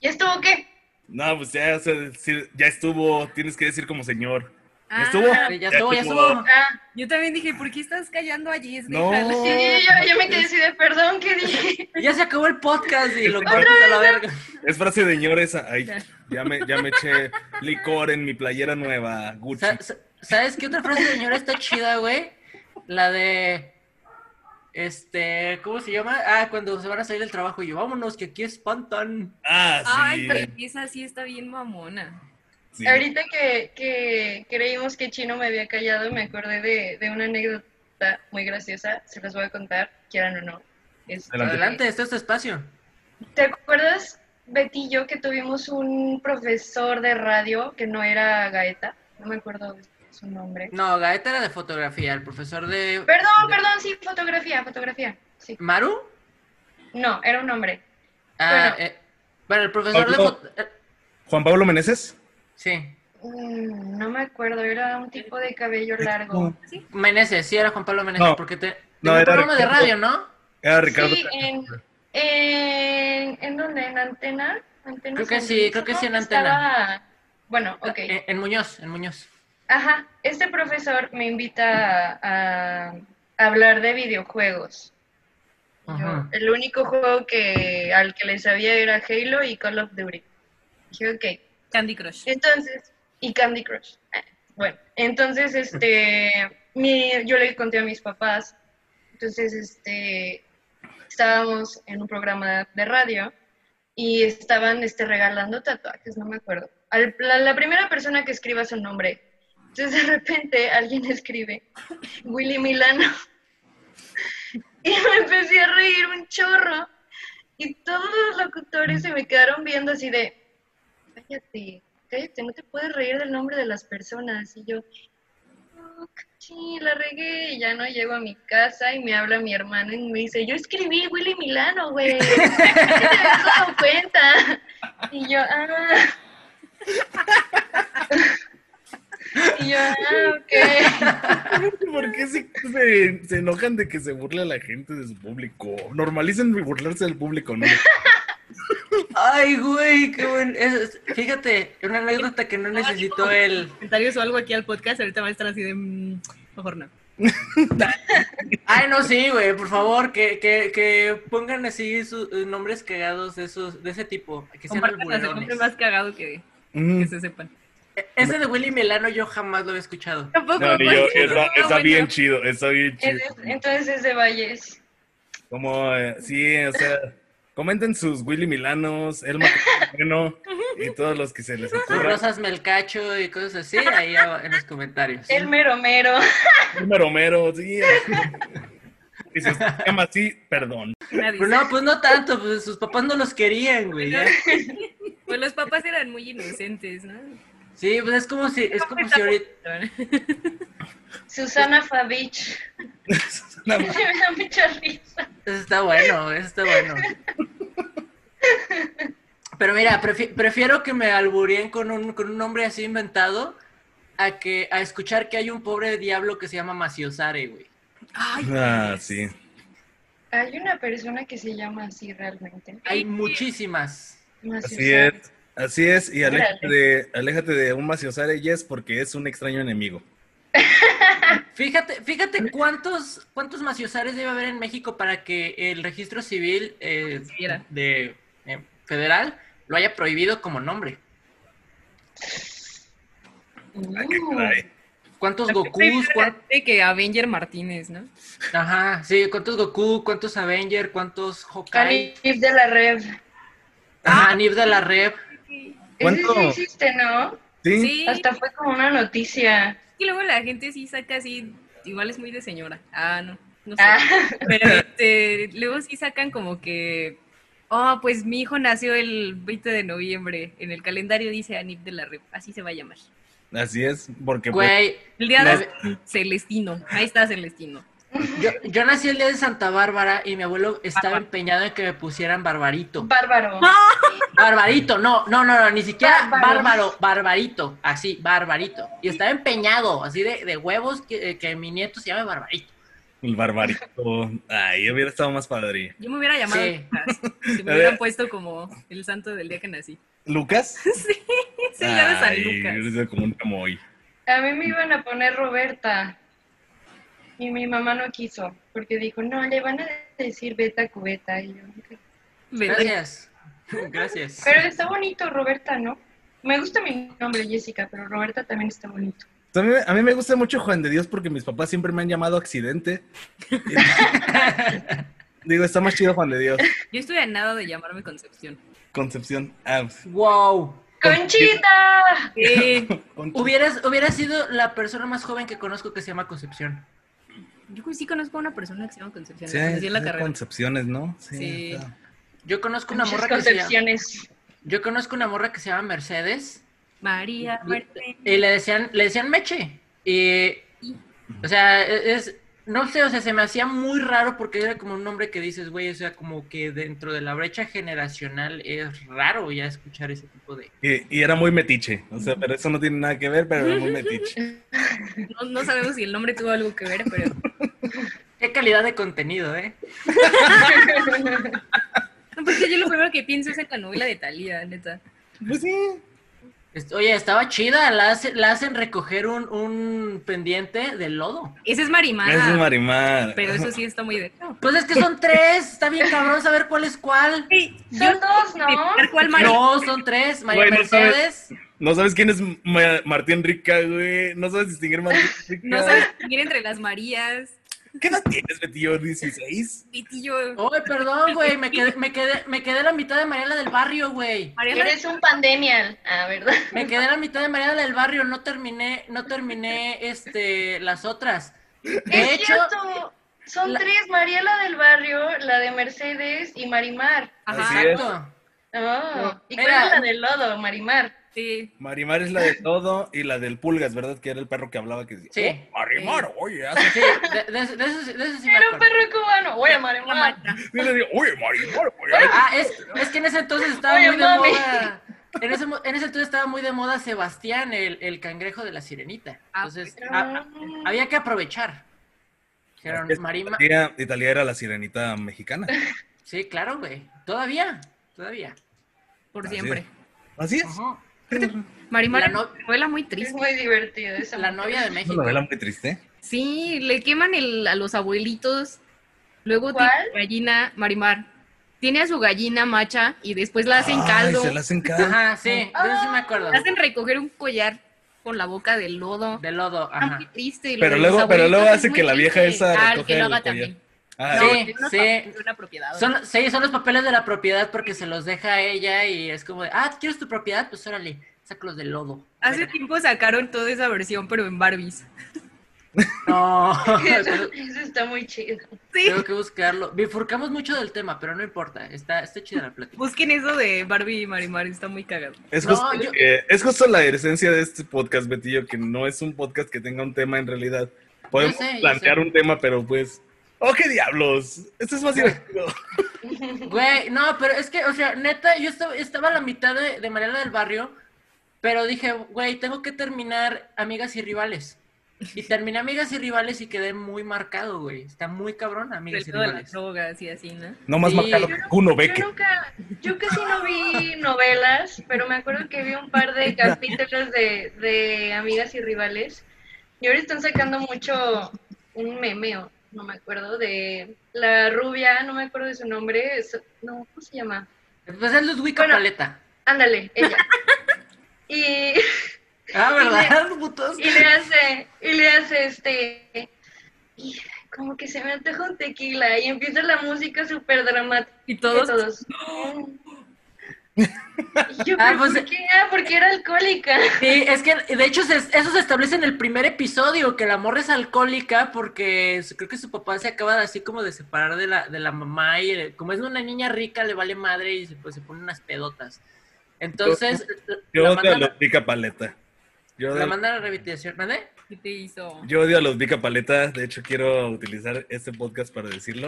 [SPEAKER 2] ¿Y estuvo qué?
[SPEAKER 3] No, pues ya, o sea, decir- ya estuvo, tienes que decir como señor.
[SPEAKER 4] Ah,
[SPEAKER 3] ¿Ya estuvo?
[SPEAKER 1] Ya estuvo, ya estuvo.
[SPEAKER 2] Ah,
[SPEAKER 4] Yo también dije, ¿por qué estás callando allí? Es
[SPEAKER 3] No.
[SPEAKER 4] déjalo.
[SPEAKER 2] sí, yo, yo me quedé así de perdón, ¿qué dije?
[SPEAKER 1] Ya se acabó el podcast y lo cortas a la verga.
[SPEAKER 3] Es frase de señor esa. Ay, ya me, ya me eché licor en mi playera nueva, Gucci.
[SPEAKER 1] Sa- sa- ¿Sabes qué otra frase de señora está chida, güey? La de. Este, ¿cómo se llama? Ah, cuando se van a salir del trabajo y yo, vámonos, que aquí espantan.
[SPEAKER 3] Ah,
[SPEAKER 4] Ay,
[SPEAKER 3] sí.
[SPEAKER 4] pero esa sí está bien mamona.
[SPEAKER 3] sí.
[SPEAKER 2] Ahorita que, que creímos que Chino me había callado, me acordé de, de una anécdota muy graciosa. Se las voy a contar, quieran o no. Este,
[SPEAKER 3] Adelante.
[SPEAKER 1] Adelante, está este espacio.
[SPEAKER 2] ¿Te acuerdas, Betty y yo, que tuvimos un profesor de radio que no era Gaeta? No me acuerdo de su nombre.
[SPEAKER 1] No, Gaeta era de fotografía, el profesor de.
[SPEAKER 2] Perdón,
[SPEAKER 1] de-
[SPEAKER 2] perdón, sí, fotografía, fotografía. Sí.
[SPEAKER 1] ¿Maru?
[SPEAKER 2] No, era un hombre.
[SPEAKER 1] Ah,
[SPEAKER 2] Bueno.
[SPEAKER 1] eh, bueno, el profesor de
[SPEAKER 3] Pablo.
[SPEAKER 1] fot- eh,
[SPEAKER 3] Juan Pablo Meneses.
[SPEAKER 1] Sí.
[SPEAKER 2] Mm, No me acuerdo, era un tipo de cabello largo.
[SPEAKER 1] Meneses, sí, era Juan Pablo Meneses,
[SPEAKER 3] No.
[SPEAKER 1] porque te. tenía
[SPEAKER 3] No,
[SPEAKER 1] un
[SPEAKER 3] era
[SPEAKER 1] programa de
[SPEAKER 3] Ricardo.
[SPEAKER 1] radio, ¿no?
[SPEAKER 3] Era Ah, Ricardo.
[SPEAKER 2] Sí,
[SPEAKER 4] eh.
[SPEAKER 2] en, en, ¿en dónde? ¿En Antena? ¿Antena
[SPEAKER 1] Creo que
[SPEAKER 2] San
[SPEAKER 1] sí,
[SPEAKER 2] Luis?
[SPEAKER 1] creo que
[SPEAKER 2] ¿No?
[SPEAKER 1] sí en Eh.
[SPEAKER 2] Estaba- Bueno, ok.
[SPEAKER 1] En, en Muñoz, en Muñoz.
[SPEAKER 2] Ajá, este profesor me invita a, a hablar de videojuegos. Yo,
[SPEAKER 1] Ajá.
[SPEAKER 2] el único juego que al que le sabía era Halo y Call of Duty. Dije, ok.
[SPEAKER 4] Candy Crush.
[SPEAKER 2] Entonces, y Candy Crush. Ah, Bueno, entonces, este, mi, yo le conté a mis papás. Entonces, este, estábamos en un programa de radio y estaban, este, regalando tatuajes, no me acuerdo. Al- la, la primera persona que escriba su nombre. Entonces, de repente, alguien escribe Willy Milano. Y me empecé a reír un chorro. Y todos los locutores se me quedaron viendo así de, cállate, cállate, no te puedes reír del nombre de las personas. Y yo, "No, cachín, la regué, y ya no llego a mi casa y me habla mi hermana y me dice, yo escribí Willy Milano, güey, ¿por qué te habías dado cuenta? Y yo, ah. Y yo, ah, ok.
[SPEAKER 3] ¿Por qué se, se- se enojan de que se burle a la gente de su público? Normalicen burlarse del público, ¿no?
[SPEAKER 1] Ay, güey, qué buen. es- es- fíjate, una anécdota que no necesitó el.
[SPEAKER 4] Comentarios o algo aquí al podcast, ahorita va a estar así de. mm, Mejor no.
[SPEAKER 1] Ay, no, sí, güey, por favor, que, que, que pongan así sus eh, nombres cagados de, esos, de ese tipo, que sean
[SPEAKER 4] Compartan hasta el nombre
[SPEAKER 1] alburerones.
[SPEAKER 4] más cagado que,
[SPEAKER 3] Mm.
[SPEAKER 4] que se sepan.
[SPEAKER 1] E- Ese de Willy Melano yo jamás lo había escuchado.
[SPEAKER 4] Tampoco.
[SPEAKER 3] No, ni yo.
[SPEAKER 4] porque
[SPEAKER 3] Está,
[SPEAKER 4] no,
[SPEAKER 3] está
[SPEAKER 4] Ah, bueno.
[SPEAKER 3] bien chido, está bien chido.
[SPEAKER 2] Entonces- Entonces es de Valles.
[SPEAKER 3] Como, eh, sí, o sea, comenten sus Willy Milanos, Elma Moreno y todos los que se les ocurra.
[SPEAKER 1] Rosas Melcacho y cosas así, ahí a- en los comentarios.
[SPEAKER 2] El mero mero.
[SPEAKER 3] Elmer Homero, sí. que se llama así, perdón.
[SPEAKER 4] Nadie
[SPEAKER 1] Pero no,
[SPEAKER 4] sabe.
[SPEAKER 1] pues no tanto, pues sus papás no los querían, güey. ya.
[SPEAKER 4] Pues los papás eran muy inocentes, ¿no?
[SPEAKER 1] Sí, pues es como si, es como si ahorita.
[SPEAKER 2] Susana Favich.
[SPEAKER 3] No,
[SPEAKER 2] Me da mucha risa.
[SPEAKER 1] Eso está bueno, eso está bueno. Pero mira, prefi- prefiero que me alburien con un, con un nombre así inventado a que a escuchar que hay un pobre diablo que se llama Maciosare, güey.
[SPEAKER 4] Ay,
[SPEAKER 3] Ah, sí.
[SPEAKER 2] Hay una persona que se llama así realmente.
[SPEAKER 1] Hay
[SPEAKER 4] Sí.
[SPEAKER 1] muchísimas.
[SPEAKER 3] Así es. Así es, y aléjate
[SPEAKER 2] Órale.
[SPEAKER 3] de, aléjate de un maciosare yes porque es un extraño enemigo.
[SPEAKER 1] Fíjate, fíjate cuántos, cuántos Maciosares debe haber en México para que el registro civil eh,
[SPEAKER 4] Existiera.
[SPEAKER 1] de eh, federal lo haya prohibido como nombre.
[SPEAKER 3] Ah, qué
[SPEAKER 2] Uh.
[SPEAKER 3] caray.
[SPEAKER 1] ¿Cuántos
[SPEAKER 4] Primero
[SPEAKER 1] Gokus?
[SPEAKER 4] era
[SPEAKER 1] cuán-
[SPEAKER 4] de que Avenger Martínez, ¿no?
[SPEAKER 1] Ajá, sí, ¿cuántos Goku? ¿Cuántos Avenger? ¿Cuántos Hawkeye?
[SPEAKER 2] Anif de la Rev.
[SPEAKER 1] Ajá, Nib de la Rep.
[SPEAKER 2] Ese sí
[SPEAKER 3] ¿Cuánto?
[SPEAKER 2] existe, ¿no?
[SPEAKER 3] Sí,
[SPEAKER 4] Sí,
[SPEAKER 2] Hasta fue como una noticia.
[SPEAKER 4] y luego la gente sí saca así, igual es muy de señora. Ah, no, no sé.
[SPEAKER 2] Ah,
[SPEAKER 4] Pero este, luego sí sacan como que, oh, pues mi hijo nació el 20 de noviembre. En el calendario dice Anip de la Rep, así se va a llamar.
[SPEAKER 3] así es, porque pues,
[SPEAKER 1] Güey,
[SPEAKER 4] El día de
[SPEAKER 3] Las-
[SPEAKER 4] Celestino, ahí está Celestino.
[SPEAKER 1] yo, yo nací el día de Santa Bárbara y mi abuelo estaba empeñado en que me pusieran Barbarito.
[SPEAKER 2] bárbaro.
[SPEAKER 1] Barbarito, no, no, no, no, ni siquiera
[SPEAKER 2] Bárbaro.
[SPEAKER 1] bárbaro, barbarito, así, barbarito. Y estaba empeñado, así de, de huevos, que, eh, que mi nieto se llame barbarito.
[SPEAKER 3] el barbarito. Ay, hubiera estado más padre.
[SPEAKER 4] Yo me hubiera llamado
[SPEAKER 1] Sí.
[SPEAKER 4] Lucas, si me
[SPEAKER 3] A
[SPEAKER 4] hubieran
[SPEAKER 3] ver.
[SPEAKER 4] puesto como el santo del día que nací.
[SPEAKER 3] ¿Lucas?
[SPEAKER 4] Es el día de San
[SPEAKER 3] Ay,
[SPEAKER 4] Lucas.
[SPEAKER 3] hubiera sido como un chamoy.
[SPEAKER 2] A mí me iban a poner Roberta. Y mi mamá no quiso, porque dijo, no, le van a decir beta cubeta. Y yo, "Ok".
[SPEAKER 4] ¿Verdad?
[SPEAKER 1] Gracias. Gracias.
[SPEAKER 2] Pero está bonito Roberta, ¿no? Me gusta mi nombre, Jessica, pero Roberta también está bonito.
[SPEAKER 3] A mí, a mí me gusta mucho Juan de Dios porque mis papás siempre me han llamado accidente. Digo, está más chido Juan de Dios.
[SPEAKER 4] Yo estoy a nada de llamarme Concepción.
[SPEAKER 3] Concepción. Ah, pues,
[SPEAKER 1] Wow.
[SPEAKER 2] ¡Conchita!
[SPEAKER 4] Eh,
[SPEAKER 3] con-
[SPEAKER 1] Hubieras, hubieras sido la persona más joven que conozco que se llama Concepción.
[SPEAKER 4] yo sí conozco a una persona que se llama Concepción.
[SPEAKER 3] Sí,
[SPEAKER 4] la conocí en la
[SPEAKER 3] hay
[SPEAKER 4] carrera.
[SPEAKER 3] concepciones, ¿no?
[SPEAKER 4] Sí.
[SPEAKER 3] está.
[SPEAKER 1] Yo conozco una
[SPEAKER 2] Muchas
[SPEAKER 1] morra que se llama,
[SPEAKER 2] concepciones.
[SPEAKER 1] yo conozco una morra que se llama Mercedes
[SPEAKER 4] María, Martín.
[SPEAKER 1] y le decían, le decían Meche. Y, o sea, e, es, no sé, o sea, se me hacía muy raro porque era como un nombre que dices, güey, o sea, como que dentro de la brecha generacional es raro ya escuchar ese tipo de...
[SPEAKER 3] Y, y era muy metiche. O sea, pero eso no tiene nada que ver, pero era muy metiche.
[SPEAKER 4] No, no sabemos si el nombre tuvo algo que ver, pero
[SPEAKER 1] Qué calidad de contenido, ¿eh?
[SPEAKER 4] No, porque yo lo primero que pienso es en la novela de Talía, neta.
[SPEAKER 3] Pues sí.
[SPEAKER 1] Est- Oye, estaba chida, la, hace- la hacen recoger un, un pendiente de lodo.
[SPEAKER 4] Ese es Marimar.
[SPEAKER 3] Es un marimar.
[SPEAKER 4] Ah. Pero eso sí está muy de. No.
[SPEAKER 1] Pues es que son tres, está bien cabrón saber cuál es cuál.
[SPEAKER 2] Son dos, ¿no?
[SPEAKER 4] ¿Cuál Marimar?
[SPEAKER 1] No, son tres, María
[SPEAKER 3] Güey, no sabes.
[SPEAKER 1] Mercedes.
[SPEAKER 3] No sabes quién es Ma- Martín Rica, güey. No sabes distinguir Martín Rica.
[SPEAKER 4] No sabes distinguir entre las Marías.
[SPEAKER 3] ¿Qué edad tienes, Betillo? ¿16?
[SPEAKER 4] Pitillo.
[SPEAKER 1] Oye, perdón, güey, me quedé, me quedé, me quedé la mitad de Mariela del Barrio, güey.
[SPEAKER 4] Mariana,
[SPEAKER 2] Eres un pandemial. Ah, ¿verdad?
[SPEAKER 1] Me quedé la mitad de Mariela del Barrio, no terminé, no terminé, este, las otras. De
[SPEAKER 2] Es
[SPEAKER 1] hecho,
[SPEAKER 2] cierto. Son
[SPEAKER 1] la-
[SPEAKER 2] tres, Mariela del Barrio, la de Mercedes y Marimar.
[SPEAKER 4] Ajá.
[SPEAKER 3] Así es.
[SPEAKER 1] exacto.
[SPEAKER 2] Oh, ¿Y cuál
[SPEAKER 1] Mira.
[SPEAKER 2] es la del lodo, Marimar?
[SPEAKER 4] Sí.
[SPEAKER 3] Marimar es la de todo y la del Pulgas, ¿verdad? Que era el perro que hablaba que decía,
[SPEAKER 1] Sí.
[SPEAKER 3] "Oh, Marimar, oye, hace...
[SPEAKER 1] Sí, de, de eso, de eso sí- de eso sí me
[SPEAKER 2] Era un
[SPEAKER 1] acuerdo.
[SPEAKER 2] perro cubano. Oye,
[SPEAKER 4] La
[SPEAKER 2] Marimar.
[SPEAKER 4] mata.
[SPEAKER 3] Y le digo, oye, Marimar, oye, hace-".
[SPEAKER 1] Ah, es, es que en ese entonces estaba
[SPEAKER 2] Oye,
[SPEAKER 1] muy de
[SPEAKER 2] mami.
[SPEAKER 1] moda. En ese, mo- en ese entonces estaba muy de moda Sebastián, el, el cangrejo de la sirenita.
[SPEAKER 4] Ah,
[SPEAKER 1] Entonces,
[SPEAKER 2] pues,
[SPEAKER 1] a- a-
[SPEAKER 2] no.
[SPEAKER 1] ah, había que aprovechar. Dijeron,
[SPEAKER 3] Es-
[SPEAKER 1] Marima.
[SPEAKER 3] Italia, Italia era la sirenita mexicana.
[SPEAKER 1] Sí, claro, güey. Todavía, todavía.
[SPEAKER 4] Por
[SPEAKER 3] Así es.
[SPEAKER 4] siempre.
[SPEAKER 3] Así es.
[SPEAKER 1] Ajá.
[SPEAKER 4] Marimar
[SPEAKER 1] La
[SPEAKER 4] es
[SPEAKER 1] no-
[SPEAKER 4] una novela muy
[SPEAKER 2] Es
[SPEAKER 4] triste.
[SPEAKER 2] muy divertido esa
[SPEAKER 1] La
[SPEAKER 2] mujer.
[SPEAKER 1] novia de
[SPEAKER 3] Es una
[SPEAKER 1] México.
[SPEAKER 3] novela muy triste.
[SPEAKER 4] Sí, le queman el, a los abuelitos. Luego
[SPEAKER 2] ¿Cuál?
[SPEAKER 4] tiene su gallina, Marimar. Tiene a su gallina macha y después la hacen
[SPEAKER 3] Ay,
[SPEAKER 4] caldo.
[SPEAKER 3] se la hacen caldo.
[SPEAKER 1] Ajá, sí, de eso sí me acuerdo.
[SPEAKER 4] La hacen recoger un collar con la boca de lodo.
[SPEAKER 1] De lodo,
[SPEAKER 4] Está
[SPEAKER 1] ajá.
[SPEAKER 4] muy triste. y lo
[SPEAKER 3] Pero
[SPEAKER 4] de los
[SPEAKER 3] luego- pero luego
[SPEAKER 4] abuelitos
[SPEAKER 3] hace
[SPEAKER 4] es muy
[SPEAKER 3] que la vieja
[SPEAKER 4] triste.
[SPEAKER 3] esa
[SPEAKER 4] Ah,
[SPEAKER 3] recoge
[SPEAKER 4] que lo
[SPEAKER 3] el
[SPEAKER 4] haga
[SPEAKER 3] collar.
[SPEAKER 4] también.
[SPEAKER 3] Ah,
[SPEAKER 1] Sí.
[SPEAKER 4] porque uno
[SPEAKER 1] sí.
[SPEAKER 4] es una propiedad.
[SPEAKER 1] Son, sí, son los papeles de la propiedad porque se los deja a ella y es como de, ah, ¿quieres tu propiedad? Pues órale, sácalos de lodo.
[SPEAKER 4] Hace tiempo sacaron toda esa versión, pero en Barbies.
[SPEAKER 1] No,
[SPEAKER 2] Eso, eso está muy chido.
[SPEAKER 4] Sí.
[SPEAKER 1] tengo que buscarlo. Bifurcamos mucho del tema, pero no importa. Está, está chida la plática.
[SPEAKER 4] Busquen eso de Barbie y Marimar, está muy cagado.
[SPEAKER 3] Es,
[SPEAKER 1] No,
[SPEAKER 3] justo,
[SPEAKER 1] yo-
[SPEAKER 3] eh, es justo la esencia de este podcast, Betillo, que no es un podcast que tenga un tema en realidad. Podemos
[SPEAKER 1] sé, yo
[SPEAKER 3] plantear
[SPEAKER 1] sé.
[SPEAKER 3] un tema, pero pues. ¡Oh, qué diablos! Esto es más divertido.
[SPEAKER 1] Güey, no, pero es que, o sea, neta, yo estaba, estaba a la mitad de, de Mariana del Barrio, pero dije, güey, tengo que terminar Amigas y Rivales. Y terminé Amigas y Rivales y quedé muy marcado, güey. Está muy cabrón
[SPEAKER 4] El
[SPEAKER 1] Amigas y
[SPEAKER 4] pedo de las
[SPEAKER 1] Rivales.
[SPEAKER 4] drogas y así, ¿no?
[SPEAKER 3] No más
[SPEAKER 1] Sí.
[SPEAKER 3] marcado que Kuno Becker.
[SPEAKER 2] Yo nunca, yo casi no vi novelas, pero me acuerdo que vi un par de capítulos de, de Amigas y Rivales. Y ahora están sacando mucho un memeo, no me acuerdo, de la rubia, no me acuerdo de su nombre, es- no, ¿cómo se llama?
[SPEAKER 1] Pues es Ludwig
[SPEAKER 2] Bueno.
[SPEAKER 1] Paleta.
[SPEAKER 2] Ándale, ella. Y,
[SPEAKER 1] Ah, ¿verdad, putos?
[SPEAKER 2] y le hace, y le hace este, y como que se me antoja un tequila y empieza la música súper dramática.
[SPEAKER 4] Y todos,
[SPEAKER 2] Y yo,
[SPEAKER 1] Ah,
[SPEAKER 2] ¿pero
[SPEAKER 1] pues-
[SPEAKER 2] ¿por qué? Ah, porque era alcohólica.
[SPEAKER 1] Sí, es que de hecho se- eso se establece en el primer episodio, que la morra es alcohólica porque su- creo que su papá se acaba de así como de separar de la, de la mamá y eh, como es una niña rica le vale madre y se, pues, se pone unas pedotas. Entonces
[SPEAKER 3] Yo
[SPEAKER 1] la,
[SPEAKER 3] odio a
[SPEAKER 1] mandan,
[SPEAKER 3] los Vica Paleta. Yo
[SPEAKER 1] la
[SPEAKER 3] odio,
[SPEAKER 1] mandan a rehabilitación, ¿vale?
[SPEAKER 4] ¿qué te hizo?
[SPEAKER 3] yo odio a los Vica Paleta. De hecho, quiero utilizar este podcast para decirlo.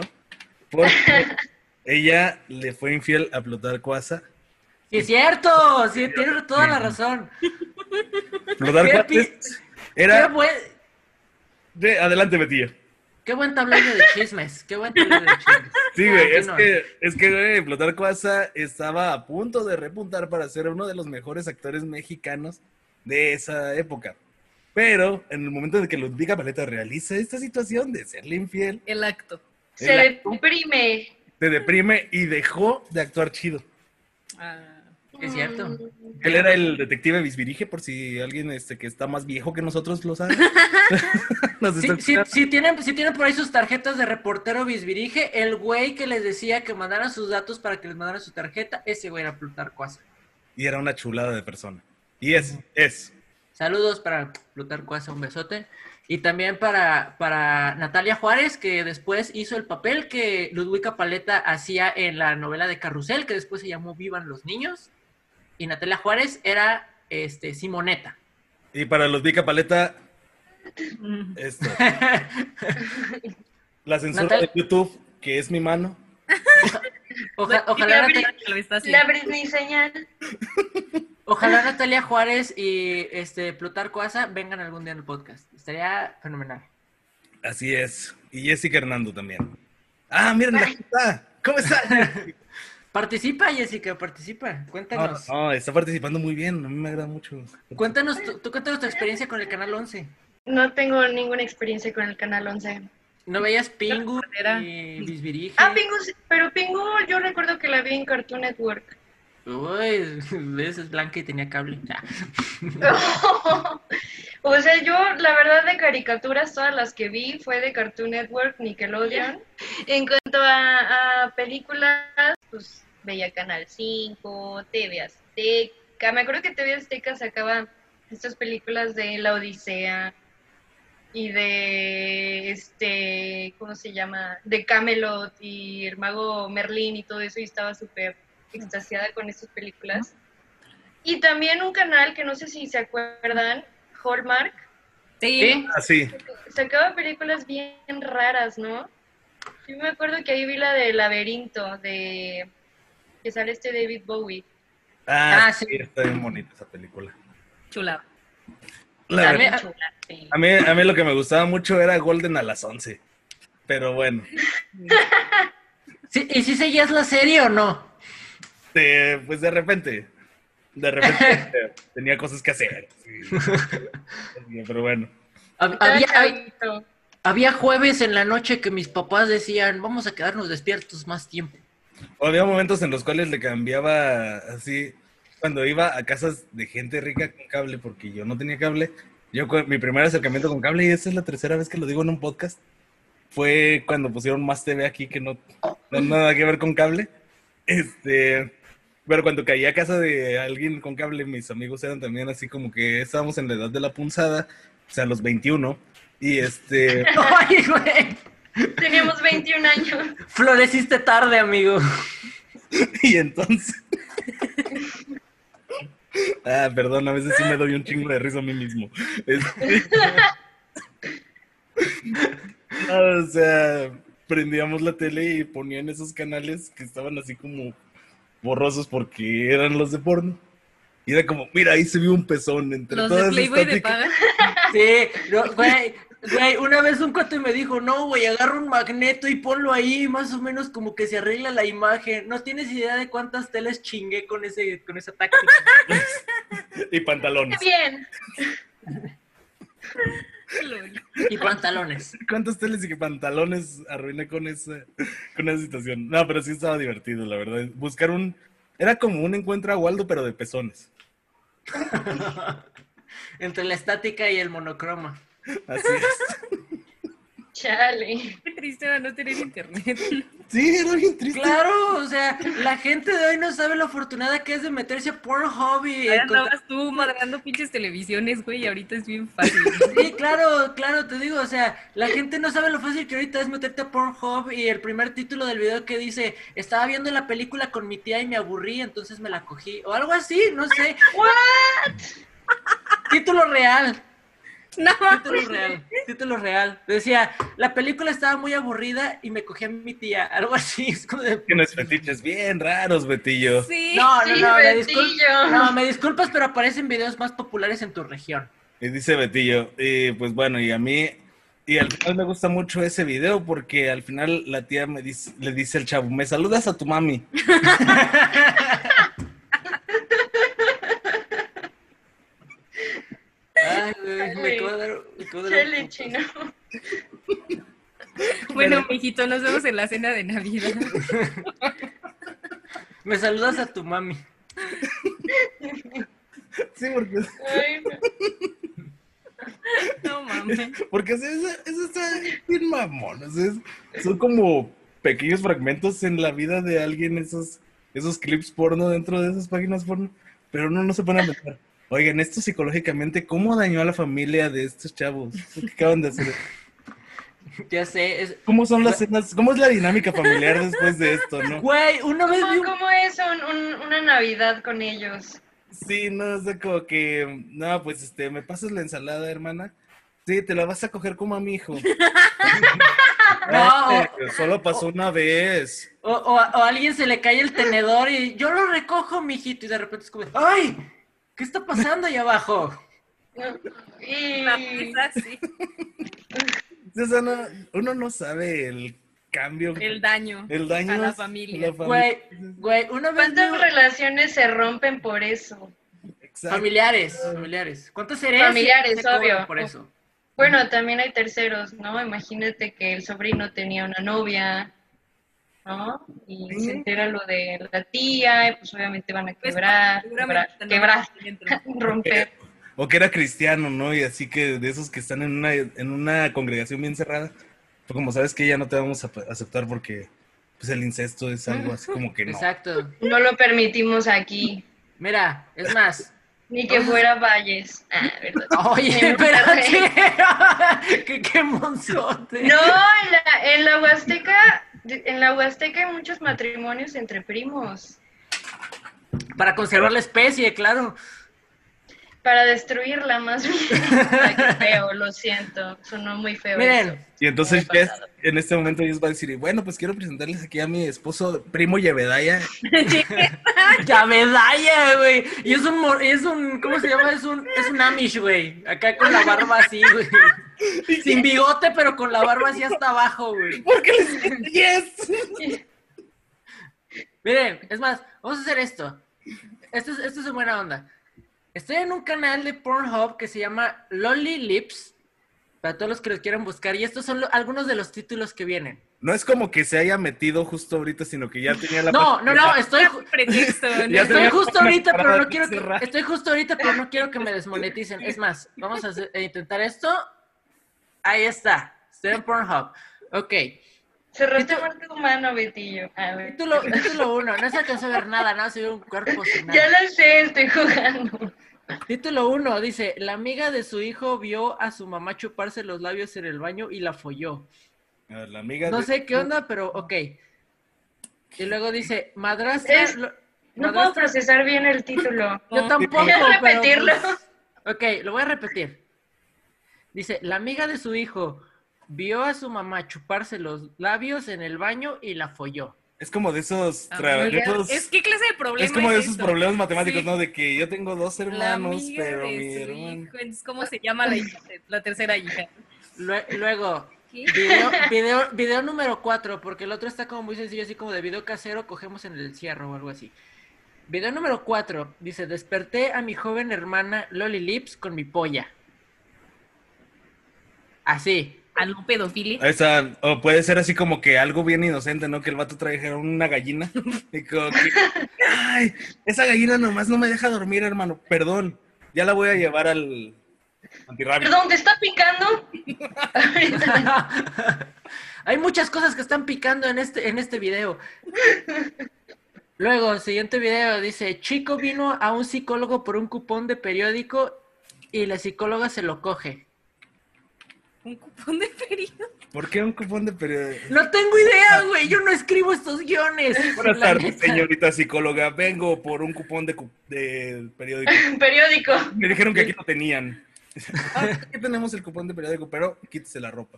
[SPEAKER 3] Porque ella le fue infiel a Plutarco Asa.
[SPEAKER 1] Sí, es cierto, sí, tiene toda la razón.
[SPEAKER 3] Plutarco
[SPEAKER 1] Qué pi-
[SPEAKER 3] Asa
[SPEAKER 1] Qué
[SPEAKER 3] era.
[SPEAKER 1] buen,
[SPEAKER 3] de- adelante, Betillo.
[SPEAKER 1] qué buen tablero de chismes, qué buen tablero de chismes.
[SPEAKER 3] Sí, güey, es
[SPEAKER 1] Continúa.
[SPEAKER 3] que, es que, güey, Plutarco Asa estaba a punto de repuntar para ser uno de los mejores actores mexicanos de esa época. Pero en el momento en que Ludvica Paleta realiza esta situación de serle infiel,
[SPEAKER 4] El acto.
[SPEAKER 2] Se
[SPEAKER 3] la-
[SPEAKER 2] deprime.
[SPEAKER 3] se deprime y dejó de actuar chido.
[SPEAKER 4] Ah,
[SPEAKER 1] Es cierto.
[SPEAKER 2] Mm,
[SPEAKER 3] Él era el detective Bisbirige, por si alguien este, que está más viejo que nosotros lo sabe. Nos
[SPEAKER 1] Sí,
[SPEAKER 3] está
[SPEAKER 1] sí,
[SPEAKER 3] escuchando.
[SPEAKER 1] sí tienen, sí tienen por ahí sus tarjetas de reportero bisbirige, el güey que les decía que mandaran sus datos para que les mandaran su tarjeta, ese güey era Plutarco Asa.
[SPEAKER 3] Y era una chulada de persona. Y es, es.
[SPEAKER 1] Saludos para Plutarco Asa, un besote. Y también para, para Natalia Juárez, que después hizo el papel que Ludwika Paleta hacía en la novela de Carrusel, que después se llamó Vivan los Niños. Y Natalia Juárez era este, Simoneta.
[SPEAKER 3] Y para Ludvica Paleta,
[SPEAKER 4] mm.
[SPEAKER 3] esto. La censura
[SPEAKER 1] Natal-
[SPEAKER 3] de YouTube, que es mi mano.
[SPEAKER 1] Oja- ojalá,
[SPEAKER 4] Mira,
[SPEAKER 1] Natalia-
[SPEAKER 4] Britney lo está
[SPEAKER 2] La
[SPEAKER 4] haciendo.
[SPEAKER 2] Britney señal.
[SPEAKER 1] Ojalá Natalia Juárez y este Plutarco Asa vengan algún día en el podcast. Estaría fenomenal.
[SPEAKER 3] Así es. Y Jessica Hernando también. Ah, miren, aquí está. ¿Cómo está?
[SPEAKER 1] Participa, Jessica, participa.
[SPEAKER 3] No,
[SPEAKER 1] Cuéntanos.
[SPEAKER 3] no, está participando muy bien. A mí me agrada mucho.
[SPEAKER 1] Cuéntanos, tu- tú cuéntanos tu experiencia con el Canal 11.
[SPEAKER 2] No tengo ninguna experiencia con el Canal 11.
[SPEAKER 1] ¿No veías Pingu
[SPEAKER 4] Cartera.
[SPEAKER 1] y Bisbirige?
[SPEAKER 2] Ah, Pingu, sí, pero Pingu yo recuerdo que la vi en Cartoon Network.
[SPEAKER 1] Uy, ves, es blanca y tenía cable. Ah.
[SPEAKER 2] o sea, yo la verdad de caricaturas, todas las que vi fue de Cartoon Network, Nickelodeon. En cuanto a, a películas, pues veía Canal 5, TV Azteca. Me acuerdo que TV Azteca sacaba estas películas de La Odisea y de este, ¿cómo se llama? De Camelot y el mago Merlín y todo eso y estaba súper extasiada con estas películas. Y también un canal que no sé si se acuerdan, Hallmark,
[SPEAKER 4] Sí.
[SPEAKER 1] ¿Sí?
[SPEAKER 3] Así.
[SPEAKER 2] sacaba películas bien raras, ¿no? Yo me acuerdo que ahí vi la de Laberinto, de que sale este David Bowie.
[SPEAKER 3] Ah,
[SPEAKER 1] Ah,
[SPEAKER 3] sí.
[SPEAKER 1] sí.
[SPEAKER 3] Está bien bonita esa película.
[SPEAKER 4] Chula.
[SPEAKER 3] La
[SPEAKER 1] A mí-
[SPEAKER 3] verdad,
[SPEAKER 1] a-
[SPEAKER 2] Chocolate.
[SPEAKER 3] a, mí, a mí lo que me gustaba mucho era Golden a las 11. Pero bueno,
[SPEAKER 1] sí, ¿Y si seguías la serie o no?
[SPEAKER 3] este, pues de repente. De repente este, tenía cosas que hacer. sí. Pero bueno.
[SPEAKER 1] Hab-
[SPEAKER 2] Estaba
[SPEAKER 1] Había, hab-
[SPEAKER 2] chavito.
[SPEAKER 1] había jueves en la noche que mis papás decían, vamos a quedarnos despiertos más tiempo.
[SPEAKER 3] O había momentos en los cuales le cambiaba así, cuando iba a casas de gente rica con cable, porque yo no tenía cable. Yo, cu- mi primer acercamiento con cable, y esta es la tercera vez que lo digo en un podcast, fue cuando pusieron más TV aquí que no, no nada que ver con cable. Este, pero cuando caía a casa de alguien con cable, mis amigos eran también así como que estábamos en la edad de la punzada, o sea, los 21, Y este,
[SPEAKER 1] Ay, güey.
[SPEAKER 2] Teníamos 21 años.
[SPEAKER 1] Floreciste tarde, amigo.
[SPEAKER 3] y entonces. Ah, perdón, a veces sí me doy un chingo de risa a mí mismo. Este- No, ah, o sea, prendíamos la tele y ponían esos canales que estaban así como borrosos porque eran los de porno. Y era como, mira, ahí se vio un pezón entre
[SPEAKER 4] Los
[SPEAKER 3] toda
[SPEAKER 4] de
[SPEAKER 3] esa
[SPEAKER 4] Playboy de
[SPEAKER 3] estática".
[SPEAKER 4] paga.
[SPEAKER 1] Sí, no, güey. Güey, una vez un cuate me dijo, no, güey, agarra un magneto y ponlo ahí, más o menos como que se arregla la imagen. No tienes idea de cuántas telas chingué con ese, con esa táctica.
[SPEAKER 3] Y pantalones.
[SPEAKER 2] Bien.
[SPEAKER 4] Lol.
[SPEAKER 1] Y pantalones.
[SPEAKER 3] ¿Cuántas teles y qué pantalones arruiné con esa, con esa situación? No, pero sí estaba divertido, la verdad. Buscar un... Era como un encuentro a Waldo, pero de pezones.
[SPEAKER 1] Entre la estática y el monocroma.
[SPEAKER 3] Así es.
[SPEAKER 2] Chale.
[SPEAKER 4] Qué triste va no tener internet.
[SPEAKER 3] Sí, era bien triste.
[SPEAKER 1] Claro, o sea, la gente de hoy no sabe lo afortunada que es de meterse a por hobby.
[SPEAKER 4] Ahora andabas tú madrando pinches televisiones, güey, y ahorita es bien fácil.
[SPEAKER 1] Sí, claro, claro, te digo, o sea, la gente no sabe lo fácil que ahorita es meterte a Pornhub y el primer título del video que dice, estaba viendo la película con mi tía y me aburrí, entonces me la cogí, o algo así, no sé. Título real,
[SPEAKER 4] No,
[SPEAKER 1] título real, título real. Decía, la película estaba muy aburrida y me cogí a mi tía, algo así, es como de...
[SPEAKER 3] Tienes fetiches bien raros, Betillo.
[SPEAKER 4] sí.
[SPEAKER 1] No, no,
[SPEAKER 2] Sí,
[SPEAKER 1] no, me discul-
[SPEAKER 2] Betillo.
[SPEAKER 1] no, me disculpas, pero aparecen videos más populares en tu región.
[SPEAKER 3] Y dice Betillo, y pues bueno, y a mí... Y al final me gusta mucho ese video porque al final la tía me dice, le dice al chavo, me saludas a tu mami.
[SPEAKER 1] Ay, güey, me acabo de dar- me acabo de dar
[SPEAKER 2] Chale, chino.
[SPEAKER 4] Bueno, mijito, nos vemos en la cena de Navidad.
[SPEAKER 1] Me saludas a tu mami.
[SPEAKER 3] Sí, porque...
[SPEAKER 2] Ay, no.
[SPEAKER 1] Pues
[SPEAKER 4] No mames.
[SPEAKER 3] Porque o sea, eso, eso está bien mamón. o sea, es- son como pequeños fragmentos en la vida de alguien, esos, esos clips porno dentro de esas páginas porno. Pero uno no se pone a pensar. Oigan, esto psicológicamente, ¿cómo dañó a la familia de estos chavos? ¿Qué acaban de hacer?
[SPEAKER 1] Ya sé, es...
[SPEAKER 3] ¿Cómo son las cenas? ¿Cómo es la dinámica familiar después de esto, no?
[SPEAKER 1] Güey, una vez vi
[SPEAKER 2] ¿Cómo,
[SPEAKER 1] un...
[SPEAKER 2] cómo es un- un- una Navidad con ellos?
[SPEAKER 3] Sí, no, o sea, como que, no, pues este, me pasas la ensalada, hermana. Sí, te la vas a coger como a mi hijo.
[SPEAKER 1] No.
[SPEAKER 3] Eh, solo pasó una vez.
[SPEAKER 1] O, o a o a alguien se le cae el tenedor y yo lo recojo, mijito, y de repente es como, ¡ay! ¿Qué está pasando ahí abajo?
[SPEAKER 2] No. Y...
[SPEAKER 4] La mesa, sí.
[SPEAKER 3] O sea, no- uno no sabe el cambio,
[SPEAKER 4] El daño.
[SPEAKER 3] el daño
[SPEAKER 4] a la
[SPEAKER 3] es-
[SPEAKER 4] familia.
[SPEAKER 3] la familia.
[SPEAKER 1] Güey, güey, una vez vi
[SPEAKER 2] ¿Cuántas
[SPEAKER 1] un-
[SPEAKER 2] relaciones se rompen por eso?
[SPEAKER 3] Exacto.
[SPEAKER 1] familiares,
[SPEAKER 3] Ah.
[SPEAKER 1] familiares. ¿Cuántas seres?
[SPEAKER 2] Familiares, obvio.
[SPEAKER 1] Por eso.
[SPEAKER 2] Bueno, también hay terceros, ¿no? Imagínate que el sobrino tenía una novia, ¿no? Y
[SPEAKER 3] Sí.
[SPEAKER 2] se entera lo de la tía, y pues obviamente van a
[SPEAKER 4] Pues,
[SPEAKER 2] quebrar,
[SPEAKER 4] seguramente
[SPEAKER 2] quebrar,
[SPEAKER 4] no
[SPEAKER 2] quebrar,
[SPEAKER 4] dentro.
[SPEAKER 2] romper.
[SPEAKER 3] O que era cristiano, ¿no? Y así que de esos que están en una, en una congregación bien cerrada, pues como sabes que ya no te vamos a pa- aceptar porque pues el incesto es algo así como que no.
[SPEAKER 1] Exacto.
[SPEAKER 2] No lo permitimos aquí,
[SPEAKER 1] Mira, es más.
[SPEAKER 2] ni que fuera Valles. Ah, ¿verdad?
[SPEAKER 1] Oye,
[SPEAKER 2] Me
[SPEAKER 1] espérate. ¡Qué, qué monzote!
[SPEAKER 2] No, en la, en la Huasteca, en la Huasteca hay muchos matrimonios entre primos
[SPEAKER 1] Para conservar la especie, claro.
[SPEAKER 2] para destruirla más bien. Ay, qué feo, lo siento, sonó muy feo.
[SPEAKER 1] Miren,
[SPEAKER 2] eso.
[SPEAKER 3] Y entonces
[SPEAKER 2] Me ha
[SPEAKER 3] Jess, en este momento ellos va a decir, y bueno, pues quiero presentarles aquí a mi esposo primo Yebedaya.
[SPEAKER 1] Ya medalla, güey. Y es un, mor- es un, ¿cómo se llama? Es un, es un Amish, güey. Acá con la barba así, güey. Sin bigote, pero con la barba así hasta abajo, güey.
[SPEAKER 3] ¿Por qué les Yes?
[SPEAKER 1] Miren, es más, vamos a hacer esto. Esto es, esto es de buena onda. Estoy en un canal de Pornhub que se llama Lolly Lips. Para todos los que los quieran buscar. Y estos son lo- algunos de los títulos que vienen.
[SPEAKER 3] No es como que se haya metido justo ahorita, sino que ya tenía la
[SPEAKER 1] No, no, no, estoy. ju-
[SPEAKER 4] Un pretexto. ¿no? Ah,
[SPEAKER 3] Ya
[SPEAKER 1] Estoy
[SPEAKER 3] tenía
[SPEAKER 1] justo
[SPEAKER 3] una
[SPEAKER 1] ahorita, pero
[SPEAKER 3] parada
[SPEAKER 1] no quiero
[SPEAKER 3] cerrada.
[SPEAKER 1] que, estoy justo ahorita, pero no quiero que me desmoneticen. Es más, vamos a, hacer- a intentar esto. Ahí está. Estoy en Pornhub. Ok.
[SPEAKER 2] Cerraste muerte humano, Betillo. A ver.
[SPEAKER 1] Título, título 1, no se alcanzó a ver nada, nada, se vio un cuerpo sin nada.
[SPEAKER 2] Ya la sé, estoy jugando.
[SPEAKER 1] Título 1 dice, la amiga de su hijo vio a su mamá chuparse los labios en el baño y la folló.
[SPEAKER 3] A ver, la amiga
[SPEAKER 1] No
[SPEAKER 3] de-
[SPEAKER 1] sé qué onda, pero ok. Y luego dice, madrastra...
[SPEAKER 2] Es-
[SPEAKER 1] lo-
[SPEAKER 2] No puedo
[SPEAKER 1] madrastra-
[SPEAKER 2] procesar bien el título.
[SPEAKER 1] Yo tampoco,
[SPEAKER 2] ¿Quieres
[SPEAKER 1] pero,
[SPEAKER 2] repetirlo?
[SPEAKER 1] pues, ok, lo voy a repetir. Dice, la amiga de su hijo vio a su mamá chuparse los labios en el baño y la folló.
[SPEAKER 3] Es como de esos...
[SPEAKER 4] Ah,
[SPEAKER 3] tra-
[SPEAKER 4] muy
[SPEAKER 3] de esos-
[SPEAKER 4] Es que clase de problema.
[SPEAKER 3] es como de esos
[SPEAKER 4] eso?
[SPEAKER 3] problemas matemáticos,
[SPEAKER 4] Sí.
[SPEAKER 3] ¿no? De que yo tengo dos
[SPEAKER 4] La
[SPEAKER 3] hermanos,
[SPEAKER 4] amiga
[SPEAKER 3] pero
[SPEAKER 4] de
[SPEAKER 3] mi
[SPEAKER 4] su
[SPEAKER 3] hermano...
[SPEAKER 4] hijo, es ¿Cómo se llama la, hija, la tercera hija?
[SPEAKER 1] Lue- luego,
[SPEAKER 4] ¿Qué?
[SPEAKER 1] video, video, video número 4, porque el otro está como muy sencillo, así como de video casero, cogemos en el cierro o algo así. Video número 4 dice, desperté a mi joven hermana Loli Lips con mi polla. Así.
[SPEAKER 4] ¿A lo pedofilia?
[SPEAKER 3] Ahí está. o puede ser así como que algo bien inocente, ¿no? Que el vato trajera una gallina. Y como que, ay, esa gallina nomás no me deja dormir, hermano. Perdón. Ya la voy a llevar al antirrábico.
[SPEAKER 2] Perdón, ¿te está picando?
[SPEAKER 1] Hay muchas cosas que están picando en este, en este video. Luego, siguiente video dice, chico vino a un psicólogo por un cupón de periódico y la psicóloga se lo coge.
[SPEAKER 4] ¿Un cupón de ferido?
[SPEAKER 3] ¿Por qué un cupón de periódico?
[SPEAKER 1] No tengo idea, güey, yo no escribo estos guiones.
[SPEAKER 3] Buenas
[SPEAKER 1] La
[SPEAKER 3] tardes,
[SPEAKER 1] neta.
[SPEAKER 3] señorita psicóloga. Vengo por un cupón de, cu- de periódico.
[SPEAKER 2] Periódico.
[SPEAKER 3] Me dijeron que aquí lo tenían. Ah, aquí tenemos el cupón de periódico, pero quítese la ropa.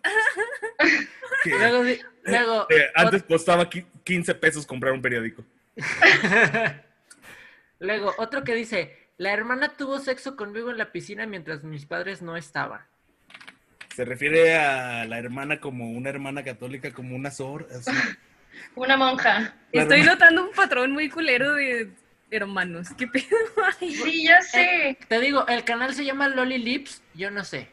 [SPEAKER 3] Que,
[SPEAKER 1] Luego, di- luego,
[SPEAKER 3] eh, antes costaba qui- 15 pesos comprar un periódico.
[SPEAKER 1] luego, otro que dice, la hermana tuvo sexo conmigo en la piscina mientras mis padres no estaban.
[SPEAKER 3] Se refiere a la hermana como una hermana católica, como una sor. así.
[SPEAKER 2] Una monja.
[SPEAKER 3] Claro.
[SPEAKER 4] Estoy notando un patrón muy culero de hermanos. ¿Qué pedo hay?
[SPEAKER 2] Sí, ya sé.
[SPEAKER 1] Te digo, el canal se llama Loli Lips, yo no sé.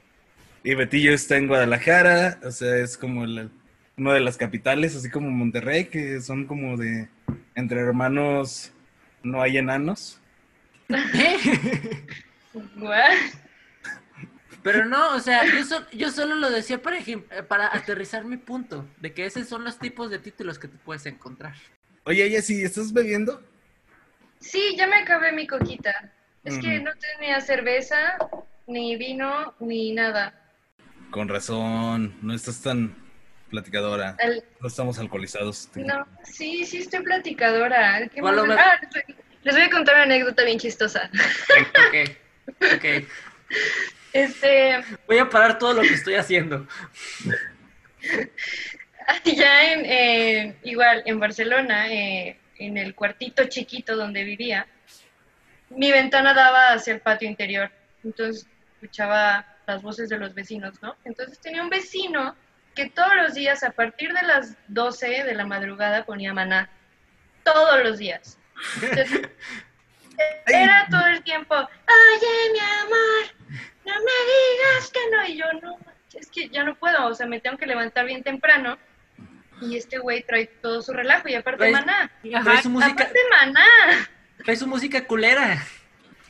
[SPEAKER 3] Y Betillo está en Guadalajara, o sea, es como la- una de las capitales, así como Monterrey, que son como de entre hermanos no hay enanos.
[SPEAKER 1] ¿Eh?
[SPEAKER 2] What?
[SPEAKER 1] Pero no, o sea, yo, sol- yo solo lo decía para, ejim- eh, para aterrizar mi punto, de que esos son los tipos de títulos que te puedes encontrar.
[SPEAKER 3] Oye, Jessy, ¿estás bebiendo?
[SPEAKER 2] Sí, ya me acabé mi coquita. Es que
[SPEAKER 3] Mm.
[SPEAKER 2] no tenía cerveza, ni vino, ni nada.
[SPEAKER 3] Con razón, no estás tan platicadora.
[SPEAKER 2] Al-
[SPEAKER 3] No estamos alcoholizados.
[SPEAKER 2] No, sí, sí estoy platicadora. ¿Qué
[SPEAKER 1] Bueno,
[SPEAKER 2] más?
[SPEAKER 1] me-
[SPEAKER 2] Ah, les voy- les voy a contar una anécdota bien chistosa.
[SPEAKER 1] Ok, ok.
[SPEAKER 2] Este,
[SPEAKER 1] Voy a parar todo lo que estoy haciendo.
[SPEAKER 2] Ya en, en- igual, en Barcelona, eh, en el cuartito chiquito donde vivía, mi ventana daba hacia el patio interior. Entonces escuchaba las voces de los vecinos, ¿no? Entonces tenía un vecino que todos los días, a partir de las 12 de la madrugada, ponía maná. Todos los días. Entonces, era todo el tiempo, oye, mi amor, no me digas que no. Y yo, no, es que ya no puedo, o sea, me tengo que levantar bien temprano. Y este güey trae todo su relajo y aparte
[SPEAKER 1] Trae-
[SPEAKER 2] maná.
[SPEAKER 1] Pues, Trae su música,
[SPEAKER 2] Aparte maná.
[SPEAKER 1] trae su música culera.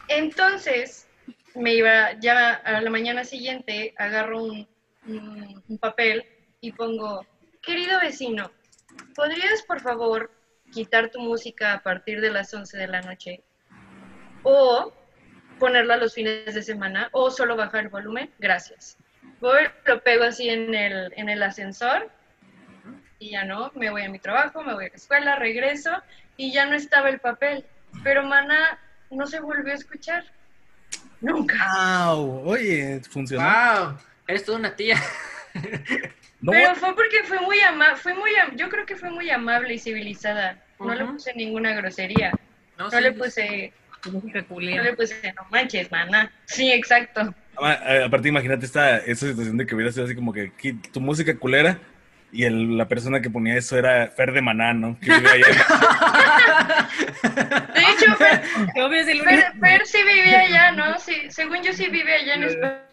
[SPEAKER 2] Entonces, me iba, ya a la mañana siguiente, agarro un, un- un papel y pongo, querido vecino, ¿podrías por favor quitar tu música a partir de las 11 de la noche? O ponerla los fines de semana, o solo bajar el volumen, gracias. Voy, lo pego así en el, en el ascensor y ya no, me voy a mi trabajo, me voy a la escuela, regreso y ya no estaba el papel. Pero Mana no se volvió a escuchar. Nunca.
[SPEAKER 3] ¡Wow! Ah, Oye, funcionó.
[SPEAKER 2] Ah,
[SPEAKER 1] Wow, eres toda una tía.
[SPEAKER 3] No,
[SPEAKER 2] Pero fue porque fue muy amable, fue muy am- yo creo que fue muy amable y civilizada. No le
[SPEAKER 1] Ujú.
[SPEAKER 2] puse ninguna grosería. No
[SPEAKER 1] sí,
[SPEAKER 2] le
[SPEAKER 1] sí.
[SPEAKER 2] puse,
[SPEAKER 4] Qué
[SPEAKER 2] no
[SPEAKER 4] culero.
[SPEAKER 2] le puse, no manches, Mana. Sí, exacto.
[SPEAKER 3] Ah, ah, Aparte, imagínate esta, esa situación de que hubiera sido así como que qui- tu música culera y el- la persona que ponía eso era Fer de Maná, ¿no? Que vivía allá.
[SPEAKER 2] De hecho, Fer,
[SPEAKER 4] Obvio es el único.
[SPEAKER 2] Fer- Fer sí vive allá, ¿no? Sí, según yo sí vive allá en
[SPEAKER 1] Creo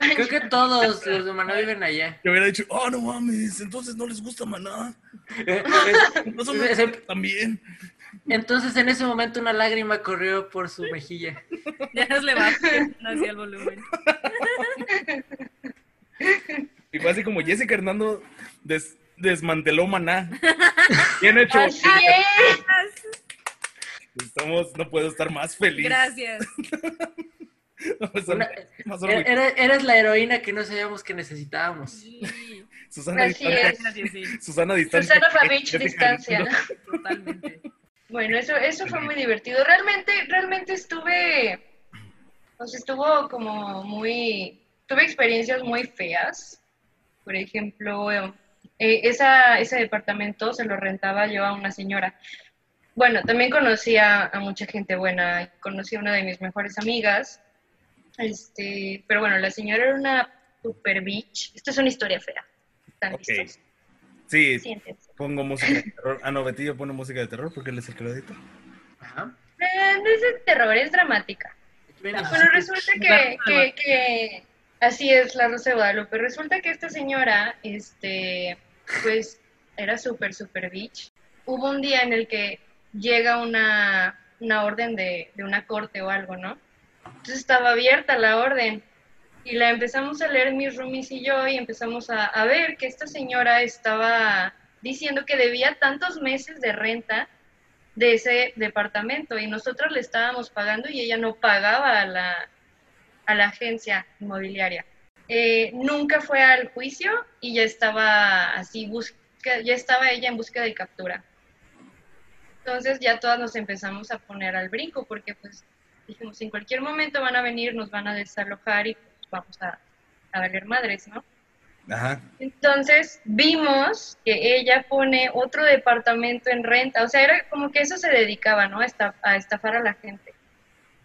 [SPEAKER 2] España.
[SPEAKER 1] que todos los de Maná viven allá.
[SPEAKER 3] que hubiera dicho, oh, no mames, entonces no les gusta Maná.
[SPEAKER 1] Eh, eh,
[SPEAKER 3] No son
[SPEAKER 1] eh, eh,
[SPEAKER 3] también.
[SPEAKER 1] Entonces en ese momento una lágrima corrió por su mejilla.
[SPEAKER 4] Ya nos le va hacia el volumen.
[SPEAKER 3] Y fue así como Jessica Hernando des- desmanteló Maná. Bien hecho.
[SPEAKER 2] Así es.
[SPEAKER 3] Estamos, no puedo estar más feliz.
[SPEAKER 4] Gracias.
[SPEAKER 3] No puedo estar
[SPEAKER 1] Una- eh,
[SPEAKER 3] más orgulloso.
[SPEAKER 1] Eres, eres la heroína que no sabíamos que necesitábamos.
[SPEAKER 4] Sí,
[SPEAKER 3] Susana
[SPEAKER 2] Así
[SPEAKER 3] distancia.
[SPEAKER 2] es.
[SPEAKER 4] gracias, sí,
[SPEAKER 3] Susana distancia.
[SPEAKER 2] Susana Favich, distancia.
[SPEAKER 4] totalmente.
[SPEAKER 2] Bueno, eso, eso fue muy divertido. Realmente, realmente estuve, pues estuvo como muy, tuve experiencias muy feas. Por ejemplo, eh, esa, ese departamento se lo rentaba yo a una señora. Bueno, también conocí a, a mucha gente buena, conocí a una de mis mejores amigas, este, pero bueno, la señora era una super bitch. Esto es una historia fea. ¿Están
[SPEAKER 3] Ok.
[SPEAKER 2] listos?
[SPEAKER 3] Sí,
[SPEAKER 2] Siéntense.
[SPEAKER 3] pongo música de terror. Ah, no, Betillo pone música de terror porque él es el que lo edita.
[SPEAKER 1] Ajá.
[SPEAKER 2] Eh, no es de terror, es dramática. Bueno, resulta que, que- que- así es la Rosa de Guadalupe. Resulta que esta señora, este, pues era súper, súper bitch. Hubo un día en el que llega una, una orden de, de una corte o algo, ¿no? Entonces estaba abierta la orden y la empezamos a leer mis roomies y yo y empezamos a, a ver que esta señora estaba diciendo que debía tantos meses de renta de ese departamento y nosotros le estábamos pagando y ella no pagaba a la, a la agencia inmobiliaria. Eh, nunca fue al juicio y ya estaba así, busca, ya estaba ella en búsqueda de captura. Entonces ya todas nos empezamos a poner al brinco porque pues dijimos, en cualquier momento van a venir, nos van a desalojar y pues, vamos a, a valer madres, ¿no?
[SPEAKER 3] Ajá.
[SPEAKER 2] Entonces vimos que ella pone otro departamento en renta, o sea, era como que eso se dedicaba, ¿no? A, esta- a estafar a la gente.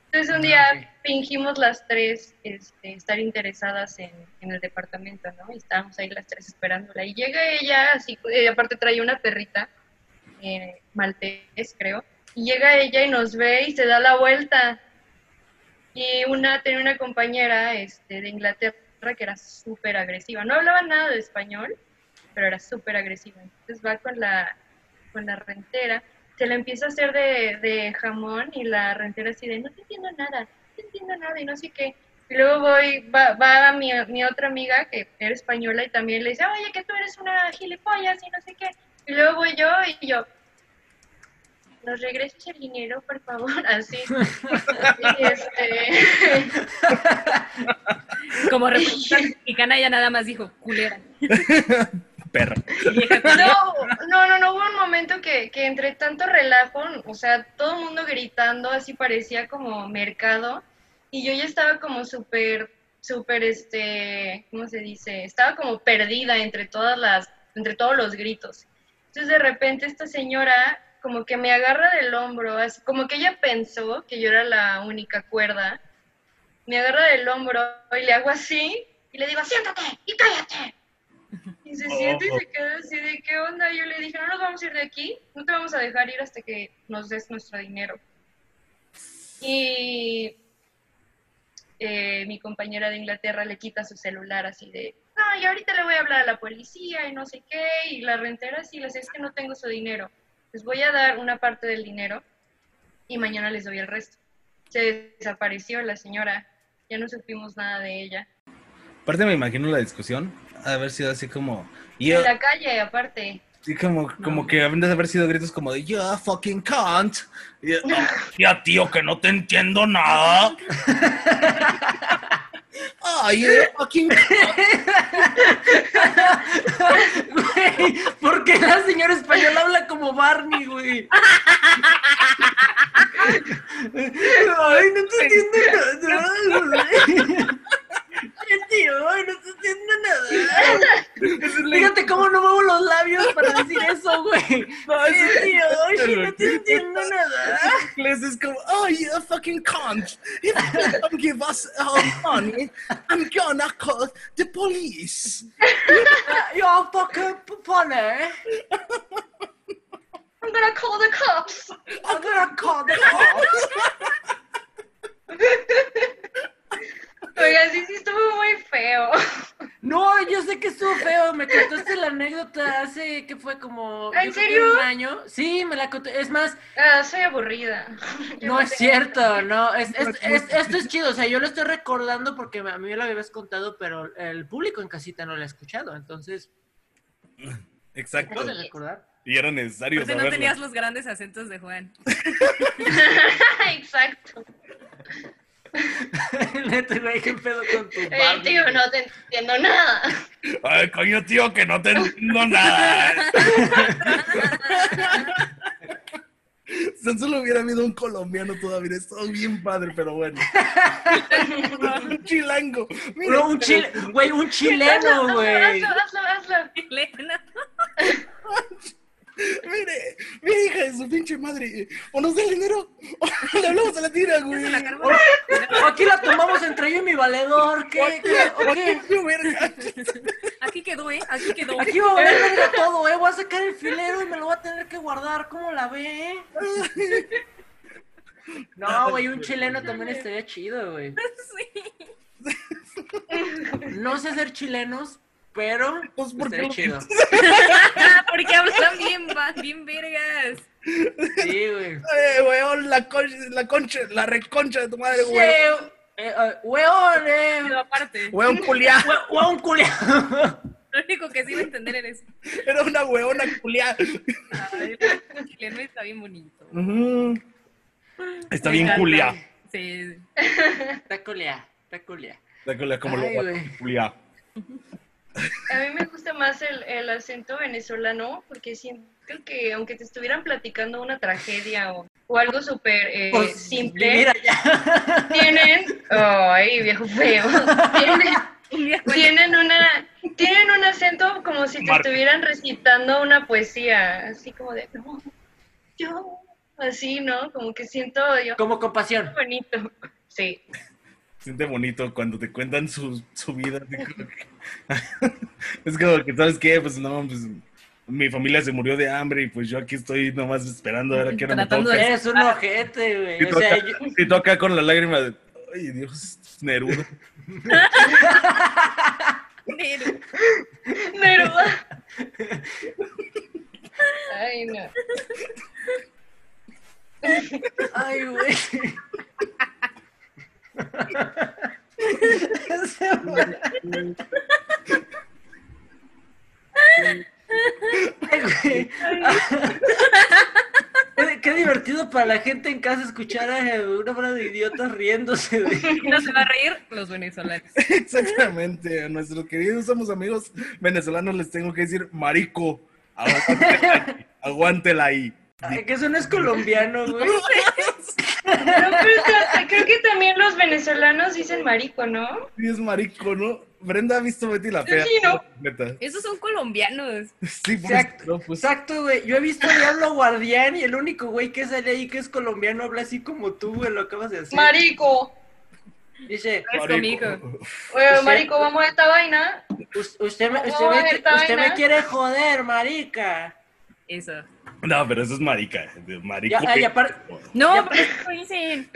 [SPEAKER 2] Entonces un día
[SPEAKER 1] Ah, ok.
[SPEAKER 2] fingimos las tres este, estar interesadas en, en el departamento, ¿no? Y estábamos ahí las tres esperándola. Y llega ella, así, eh, aparte trae una perrita, eh, maltés creo, y llega ella y nos ve y se da la vuelta. Y una tenía una compañera este, de Inglaterra que era súper agresiva. No hablaba nada de español, pero era súper agresiva. Entonces va con la, con la rentera, se la empieza a hacer de, de jamón y la rentera así de, no te entiendo nada, no te entiendo nada y no sé qué. Y luego voy, va, va mi, mi otra amiga que era española y también le dice, oye, que tú eres una gilipollas y no sé qué. Y luego voy yo y yo, nos regreses el dinero, por favor, así. Y este...
[SPEAKER 4] Como representante mexicana, ella nada más dijo, culera.
[SPEAKER 3] Perra.
[SPEAKER 4] Vieja culera.
[SPEAKER 2] No, no, no, no, hubo un momento que, que entre tanto relajo, o sea, todo el mundo gritando, así parecía como mercado, y yo ya estaba como súper, súper, este, ¿cómo se dice? Estaba como perdida entre todas las, entre todos los gritos. Entonces de repente esta señora como que me agarra del hombro, así, como que ella pensó que yo era la única cuerda, me agarra del hombro y le hago así y le digo, siéntate y cállate. Y se siente y se queda así de qué onda. Yo le dije, no nos vamos a ir de aquí, no te vamos a dejar ir hasta que nos des nuestro dinero. Y eh, mi compañera de Inglaterra le quita su celular así de, no, y ahorita le voy a hablar a la policía y no sé qué, y la rentera así, les es que no tengo su dinero. Les voy a dar una parte del dinero y mañana les doy el resto. Se desapareció la señora, ya no supimos nada de ella.
[SPEAKER 3] Aparte me imagino la discusión. Ha de haber sido así como... "Yo-"
[SPEAKER 2] En la calle, aparte.
[SPEAKER 3] Sí, como, como que han de haber sido gritos como de yo fucking cunt. Y, ya tío, que no te entiendo nada. Ay, you fucking
[SPEAKER 1] Güey, ¿por qué la señora española habla como Barney, güey? Ay, no te entiendo nada, güey. Ay, tío, ay, no te entiendo nada. Fíjate cómo no muevo los labios para decir eso, güey. Ay, tío, ay, no te entiendo nada.
[SPEAKER 3] inglés es como, oh, you fucking cunt. If you don't give us our money, I'm gonna call the police.
[SPEAKER 1] Yo, fucking pone. eh.
[SPEAKER 2] I'm gonna call the cops.
[SPEAKER 1] I'm gonna call the cops.
[SPEAKER 2] Oiga, sí, sí, estuvo muy feo.
[SPEAKER 1] No, yo sé que estuvo feo. Me contaste la anécdota hace que fue como.
[SPEAKER 2] ¿Ah, en
[SPEAKER 1] yo creo que
[SPEAKER 2] serio?
[SPEAKER 1] Un año. Sí, me la conté. Es más,
[SPEAKER 2] Ah, soy aburrida. Yo
[SPEAKER 1] no es
[SPEAKER 2] tengo-
[SPEAKER 1] cierto, no. Es, es- es- esto es chido. O sea, yo lo estoy recordando porque a mí me lo habías contado, pero el público en casita no lo ha escuchado. Entonces,
[SPEAKER 3] Exacto.
[SPEAKER 1] ¿Acabas de recordar?
[SPEAKER 3] Y era necesario
[SPEAKER 4] Porque no
[SPEAKER 3] saberlo.
[SPEAKER 4] tenías los grandes acentos de Juan.
[SPEAKER 2] Exacto.
[SPEAKER 1] Neta, güey, qué pedo con tu
[SPEAKER 2] Eh,
[SPEAKER 1] Barbie,
[SPEAKER 2] tío,
[SPEAKER 1] güey?
[SPEAKER 2] no te entiendo nada.
[SPEAKER 3] Ay, coño, tío, que no te no nada. Tan solo hubiera habido un colombiano todavía, es todo bien padre, pero bueno. un chilango. Mira,
[SPEAKER 1] Bro, un chile, güey, un chileno,
[SPEAKER 2] Hazlo,
[SPEAKER 1] güey.
[SPEAKER 2] hazlo, hazlo, hazlo.
[SPEAKER 4] Elena.
[SPEAKER 3] Mire, mire, hija de su pinche madre. O nos da el dinero, o le hablamos a la tira, güey.
[SPEAKER 4] La Carmen.
[SPEAKER 1] O aquí la tomamos entre yo y mi valedor, ¿qué? ¿Qué? ¿O qué?
[SPEAKER 3] Qué verga.
[SPEAKER 4] Aquí quedó, ¿eh? Aquí quedó.
[SPEAKER 1] Aquí va a valer verga todo, eh. Voy a sacar el filero y me lo voy a tener que guardar. ¿Cómo la ve? eh? No, güey, un chileno también estaría chido, güey.
[SPEAKER 4] Sí.
[SPEAKER 1] No sé ser chilenos, pero
[SPEAKER 3] Pues, ¿por qué
[SPEAKER 1] estaría chido.
[SPEAKER 3] no?
[SPEAKER 4] Ah, Porque hablan bien, va- bien vergas.
[SPEAKER 1] Sí, güey.
[SPEAKER 3] Eh, weón, la concha, la concha, la reconcha de tu madre,
[SPEAKER 1] Sí,
[SPEAKER 3] weón.
[SPEAKER 1] eh, eh, Weón, eh.
[SPEAKER 4] Pero aparte,
[SPEAKER 3] Weón culiá,
[SPEAKER 1] we- Weón culiao.
[SPEAKER 4] lo único que sí iba a entender eres.
[SPEAKER 3] era una weona culiá.
[SPEAKER 4] Ay, el chileno está bien bonito.
[SPEAKER 3] Está
[SPEAKER 4] Me
[SPEAKER 3] bien
[SPEAKER 4] encanta.
[SPEAKER 3] culiá.
[SPEAKER 4] Sí.
[SPEAKER 1] Está culiá, está culiá.
[SPEAKER 3] La cola como
[SPEAKER 1] Ay,
[SPEAKER 3] lo
[SPEAKER 1] güey.
[SPEAKER 3] culiá.
[SPEAKER 2] A mí me gusta más el, el acento venezolano porque siento que aunque te estuvieran platicando una tragedia o, o algo súper eh,
[SPEAKER 1] Pues,
[SPEAKER 2] simple,
[SPEAKER 1] Mira, ya.
[SPEAKER 2] tienen... ay, viejo feo. Tienen,
[SPEAKER 4] Un día cuando-
[SPEAKER 2] tienen una, tienen un acento como si te
[SPEAKER 3] Marco.
[SPEAKER 2] estuvieran recitando una poesía, así como de... "No, yo... Así, ¿no? Como que siento yo...
[SPEAKER 1] Como compasión.
[SPEAKER 2] bonito. Sí.
[SPEAKER 3] Siente bonito cuando te cuentan su, su vida. así como que- es como que, ¿sabes qué? Pues no, pues mi familia se murió de hambre y pues yo aquí estoy nomás esperando a ver a qué hora me
[SPEAKER 4] Tratando
[SPEAKER 3] toca.
[SPEAKER 4] de-
[SPEAKER 1] Eres un ojete,
[SPEAKER 3] Y
[SPEAKER 1] güey. O sea,
[SPEAKER 3] toca,
[SPEAKER 1] yo-
[SPEAKER 3] y toca con la lágrima de, ay Dios, Neruda.
[SPEAKER 4] Pero-
[SPEAKER 2] Nerva. Ay, no.
[SPEAKER 1] Ay, güey. Ese güey. Ay, güey. Qué divertido para la gente en casa escuchar a una bola de idiotas riéndose. güey.
[SPEAKER 4] No se va a reír los venezolanos.
[SPEAKER 3] Exactamente, a nuestros queridos somos amigos venezolanos les tengo que decir, marico, aguántela ahí. aguántela ahí.
[SPEAKER 1] Ay, que eso no es colombiano, güey.
[SPEAKER 2] No, pero ta- creo que también los venezolanos dicen marico, ¿no?
[SPEAKER 3] Sí, es marico, ¿no? Brenda ha visto Betty la fea.
[SPEAKER 2] Sí, ¿no?
[SPEAKER 3] Neta.
[SPEAKER 4] Esos son colombianos.
[SPEAKER 3] Sí, por
[SPEAKER 1] Exacto,
[SPEAKER 3] eso, no, pues,
[SPEAKER 1] Exacto, güey. Yo he visto a Diablo Guardián y el único güey que sale ahí que es colombiano habla así como tú, güey, lo acabas de hacer.
[SPEAKER 2] Marico.
[SPEAKER 1] Dice,
[SPEAKER 4] Es conmigo.
[SPEAKER 2] Eh, marico, vamos a esta vaina.
[SPEAKER 1] "Us- usted me,
[SPEAKER 2] No,
[SPEAKER 1] usted me-
[SPEAKER 2] esta
[SPEAKER 1] usted me
[SPEAKER 2] vaina.
[SPEAKER 1] quiere joder, marica.
[SPEAKER 4] Eso.
[SPEAKER 3] No, pero eso es marica. de Marico.
[SPEAKER 1] Ya, ay, aparte-
[SPEAKER 4] No, pero eso dicen.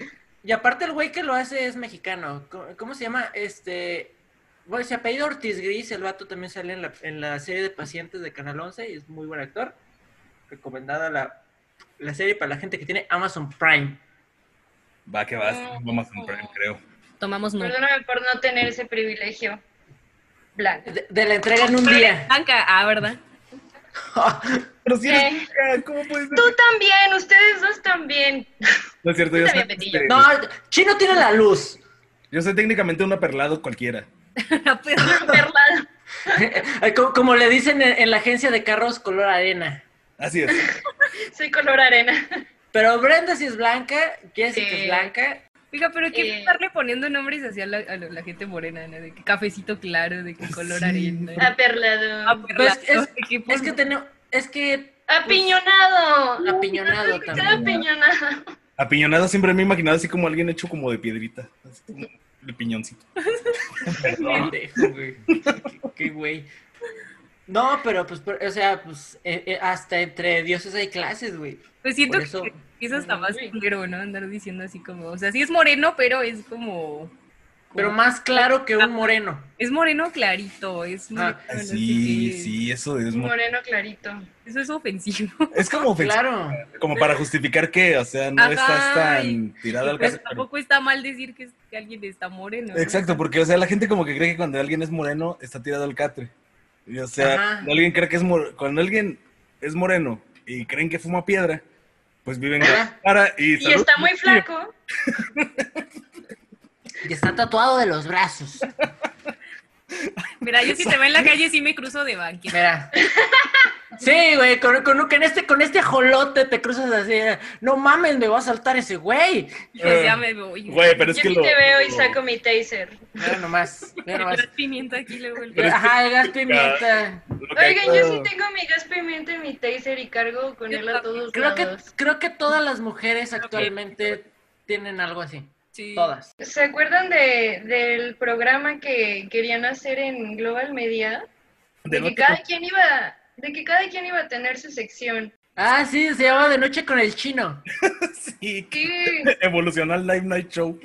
[SPEAKER 1] Y aparte el güey que lo hace es mexicano. ¿Cómo, cómo se llama? Este... Bueno, se apellida Ortiz Gris, el vato también sale en la, en la serie de pacientes de Canal 11 y es muy buen actor. Recomendada la, la serie para la gente que tiene Amazon Prime.
[SPEAKER 3] Va que vas,
[SPEAKER 4] Mm.
[SPEAKER 3] vamos a comprar, creo.
[SPEAKER 4] Tomamos no.
[SPEAKER 2] Perdóname por no tener ese privilegio. Blanco.
[SPEAKER 1] De, de la entrega en un día.
[SPEAKER 4] Blanca, ah, ¿verdad?
[SPEAKER 3] Pero si eres
[SPEAKER 2] Eh.
[SPEAKER 3] marica, ¿cómo puedes ser?
[SPEAKER 2] Tú también, ustedes dos también.
[SPEAKER 3] No es cierto, yo
[SPEAKER 2] Está
[SPEAKER 3] soy, este,
[SPEAKER 2] bien, Betillo.
[SPEAKER 1] No, Chino tiene la luz.
[SPEAKER 3] yo soy técnicamente un aperlado cualquiera.
[SPEAKER 4] La perra.
[SPEAKER 2] Perla.
[SPEAKER 1] Ay, co- Como, le dicen en, en la agencia de carros color arena.
[SPEAKER 3] Así es.
[SPEAKER 2] Soy color arena.
[SPEAKER 1] Pero Brenda sí es blanca, Jessica
[SPEAKER 2] Sí.
[SPEAKER 1] es blanca.
[SPEAKER 4] Oiga, pero qué
[SPEAKER 2] Eh.
[SPEAKER 4] estarle poniendo nombres así a la, a la- la gente morena, ¿no? De que cafecito claro, de que color
[SPEAKER 3] Sí.
[SPEAKER 2] Ah,
[SPEAKER 4] arena. Ah, pues,
[SPEAKER 2] Aperlado.
[SPEAKER 1] Pero es, es-
[SPEAKER 4] de que
[SPEAKER 1] es que tenemos, es que
[SPEAKER 2] Apiñonado.
[SPEAKER 1] pues, apiñonado
[SPEAKER 2] Estoy
[SPEAKER 1] también.
[SPEAKER 2] apiñonado.
[SPEAKER 3] Apiñonado siempre me he imaginado así como alguien hecho como de piedrita. Así como el piñoncito.
[SPEAKER 1] Pendejo, güey. Qué- Qué güey. No, pero pues, por- o sea, pues eh, eh, hasta entre dioses hay clases, güey.
[SPEAKER 4] Pues siento
[SPEAKER 1] Por eso-
[SPEAKER 4] que es hasta más
[SPEAKER 2] Ujú.
[SPEAKER 4] culero, ¿no? Andar diciendo así como, o sea, sí es moreno, pero es como...
[SPEAKER 1] Pero
[SPEAKER 4] como-
[SPEAKER 1] más claro que un moreno.
[SPEAKER 4] Es moreno clarito, es moreno, Ah, no sé
[SPEAKER 3] Ah, Sí,
[SPEAKER 4] qué.
[SPEAKER 3] sí, eso es. mo-
[SPEAKER 2] Moreno clarito.
[SPEAKER 4] Eso es ofensivo.
[SPEAKER 3] Es como ofensivo,
[SPEAKER 1] Claro.
[SPEAKER 3] como para justificar que, o sea, no
[SPEAKER 4] Ajá,
[SPEAKER 3] estás
[SPEAKER 4] y-
[SPEAKER 3] tan tirada al
[SPEAKER 4] Pues
[SPEAKER 3] caso. pero-
[SPEAKER 4] tampoco está mal decir que, es- que alguien está moreno. ¿no?
[SPEAKER 3] Exacto, porque, o sea, la gente como que cree que cuando alguien es moreno está tirado al catre. Y, o sea,
[SPEAKER 1] Ajá.
[SPEAKER 3] cuando alguien cree que es mor- cuando alguien es moreno y creen que fuma piedra, pues viven en Guadalajara y,
[SPEAKER 2] Y
[SPEAKER 3] salud.
[SPEAKER 2] está muy flaco.
[SPEAKER 1] Y está tatuado de los brazos.
[SPEAKER 4] Mira, yo si te veo en la calle sí me cruzo de
[SPEAKER 1] Mira.
[SPEAKER 4] banquita.
[SPEAKER 1] Sí, güey, con, con, con este, con este jolote te cruzas así. eh, No mames, me va a saltar ese güey.
[SPEAKER 4] Pues ya me voy.
[SPEAKER 3] Güey, pero es
[SPEAKER 2] Yo
[SPEAKER 3] que
[SPEAKER 2] sí
[SPEAKER 3] lo-
[SPEAKER 2] te veo y
[SPEAKER 3] lo-
[SPEAKER 2] saco mi taser.
[SPEAKER 1] Mira nomás, mira
[SPEAKER 4] Le
[SPEAKER 1] nomás.
[SPEAKER 4] das pimienta aquí luego. el-
[SPEAKER 3] Pero es que-
[SPEAKER 1] Ajá, el gas pimienta.
[SPEAKER 3] lo que hay
[SPEAKER 2] Oigan, yo sí
[SPEAKER 3] todo.
[SPEAKER 2] tengo mi gas pimienta y mi taser y cargo con
[SPEAKER 4] Yo
[SPEAKER 2] él a todos
[SPEAKER 1] Creo que,
[SPEAKER 2] lados.
[SPEAKER 1] creo que todas las mujeres actualmente tienen algo así.
[SPEAKER 4] Sí.
[SPEAKER 1] Todas.
[SPEAKER 2] ¿Se acuerdan de, del programa que querían hacer en Global Media? De,
[SPEAKER 3] De
[SPEAKER 2] que
[SPEAKER 3] noche,
[SPEAKER 2] cada quien iba, de que cada quien iba a tener su sección.
[SPEAKER 1] Ah, sí, se llama De Noche con el Chino.
[SPEAKER 3] sí,
[SPEAKER 2] Sí.
[SPEAKER 3] evolucionó al Live Night Show.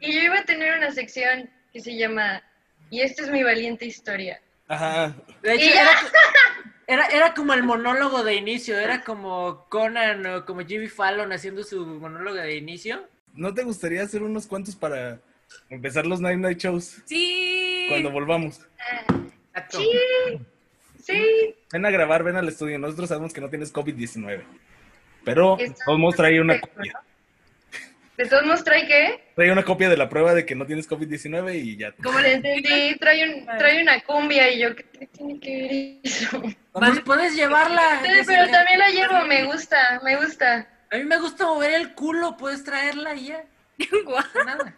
[SPEAKER 2] Y yo iba a tener una sección que se llama Y esta es mi valiente historia.
[SPEAKER 3] Ajá.
[SPEAKER 1] De hecho,
[SPEAKER 2] Y ya.
[SPEAKER 1] era, era, era como el monólogo de inicio, era como Conan o como Jimmy Fallon haciendo su monólogo de inicio.
[SPEAKER 3] ¿No te gustaría hacer unos cuantos para empezar los Night Night Shows
[SPEAKER 4] Sí.
[SPEAKER 3] cuando volvamos?
[SPEAKER 1] Exacto.
[SPEAKER 2] Sí, sí.
[SPEAKER 3] Ven a grabar, ven al estudio. Nosotros sabemos que no tienes COVID-19. Pero
[SPEAKER 2] Está-
[SPEAKER 3] podemos traer una
[SPEAKER 2] perfecto,
[SPEAKER 3] copia.
[SPEAKER 2] De todos modos trae qué?
[SPEAKER 3] Trae una copia de la prueba de que no tienes COVID-19 y ya.
[SPEAKER 4] Como
[SPEAKER 2] Te
[SPEAKER 4] le
[SPEAKER 2] entendí, trae, un, trae una cumbia y yo, ¿qué qué tiene que ver eso?
[SPEAKER 1] Pues puedes llevarla.
[SPEAKER 2] Sí, pero
[SPEAKER 1] Jessica.
[SPEAKER 2] también la llevo, me gusta, me gusta.
[SPEAKER 1] A mí me gusta mover el culo, puedes traerla y ya.
[SPEAKER 4] Guau.
[SPEAKER 1] Nada.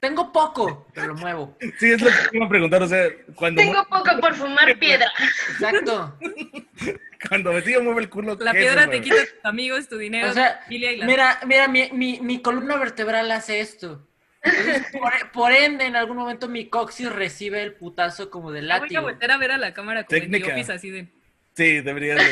[SPEAKER 1] Tengo poco, pero lo muevo.
[SPEAKER 3] Sí, es lo que te iba a preguntar. O sea, cuando,
[SPEAKER 2] Tengo poco por fumar piedra.
[SPEAKER 1] Exacto.
[SPEAKER 3] cuando me tío mueve el culo.
[SPEAKER 4] La
[SPEAKER 3] ¿qué se
[SPEAKER 4] piedra
[SPEAKER 3] mueve?
[SPEAKER 4] te quita tus amigos, tu dinero,
[SPEAKER 1] O sea,
[SPEAKER 4] tu familia y la...
[SPEAKER 1] Mira, mira, mi, mi, mi columna vertebral hace esto. Entonces, Por, por ende, en algún momento mi coxis recibe el putazo como de
[SPEAKER 4] Voy a
[SPEAKER 1] látigo.
[SPEAKER 4] volver a ver a la cámara como en The
[SPEAKER 3] Técnica.
[SPEAKER 4] Office, así de...
[SPEAKER 3] Sí, deberías. de-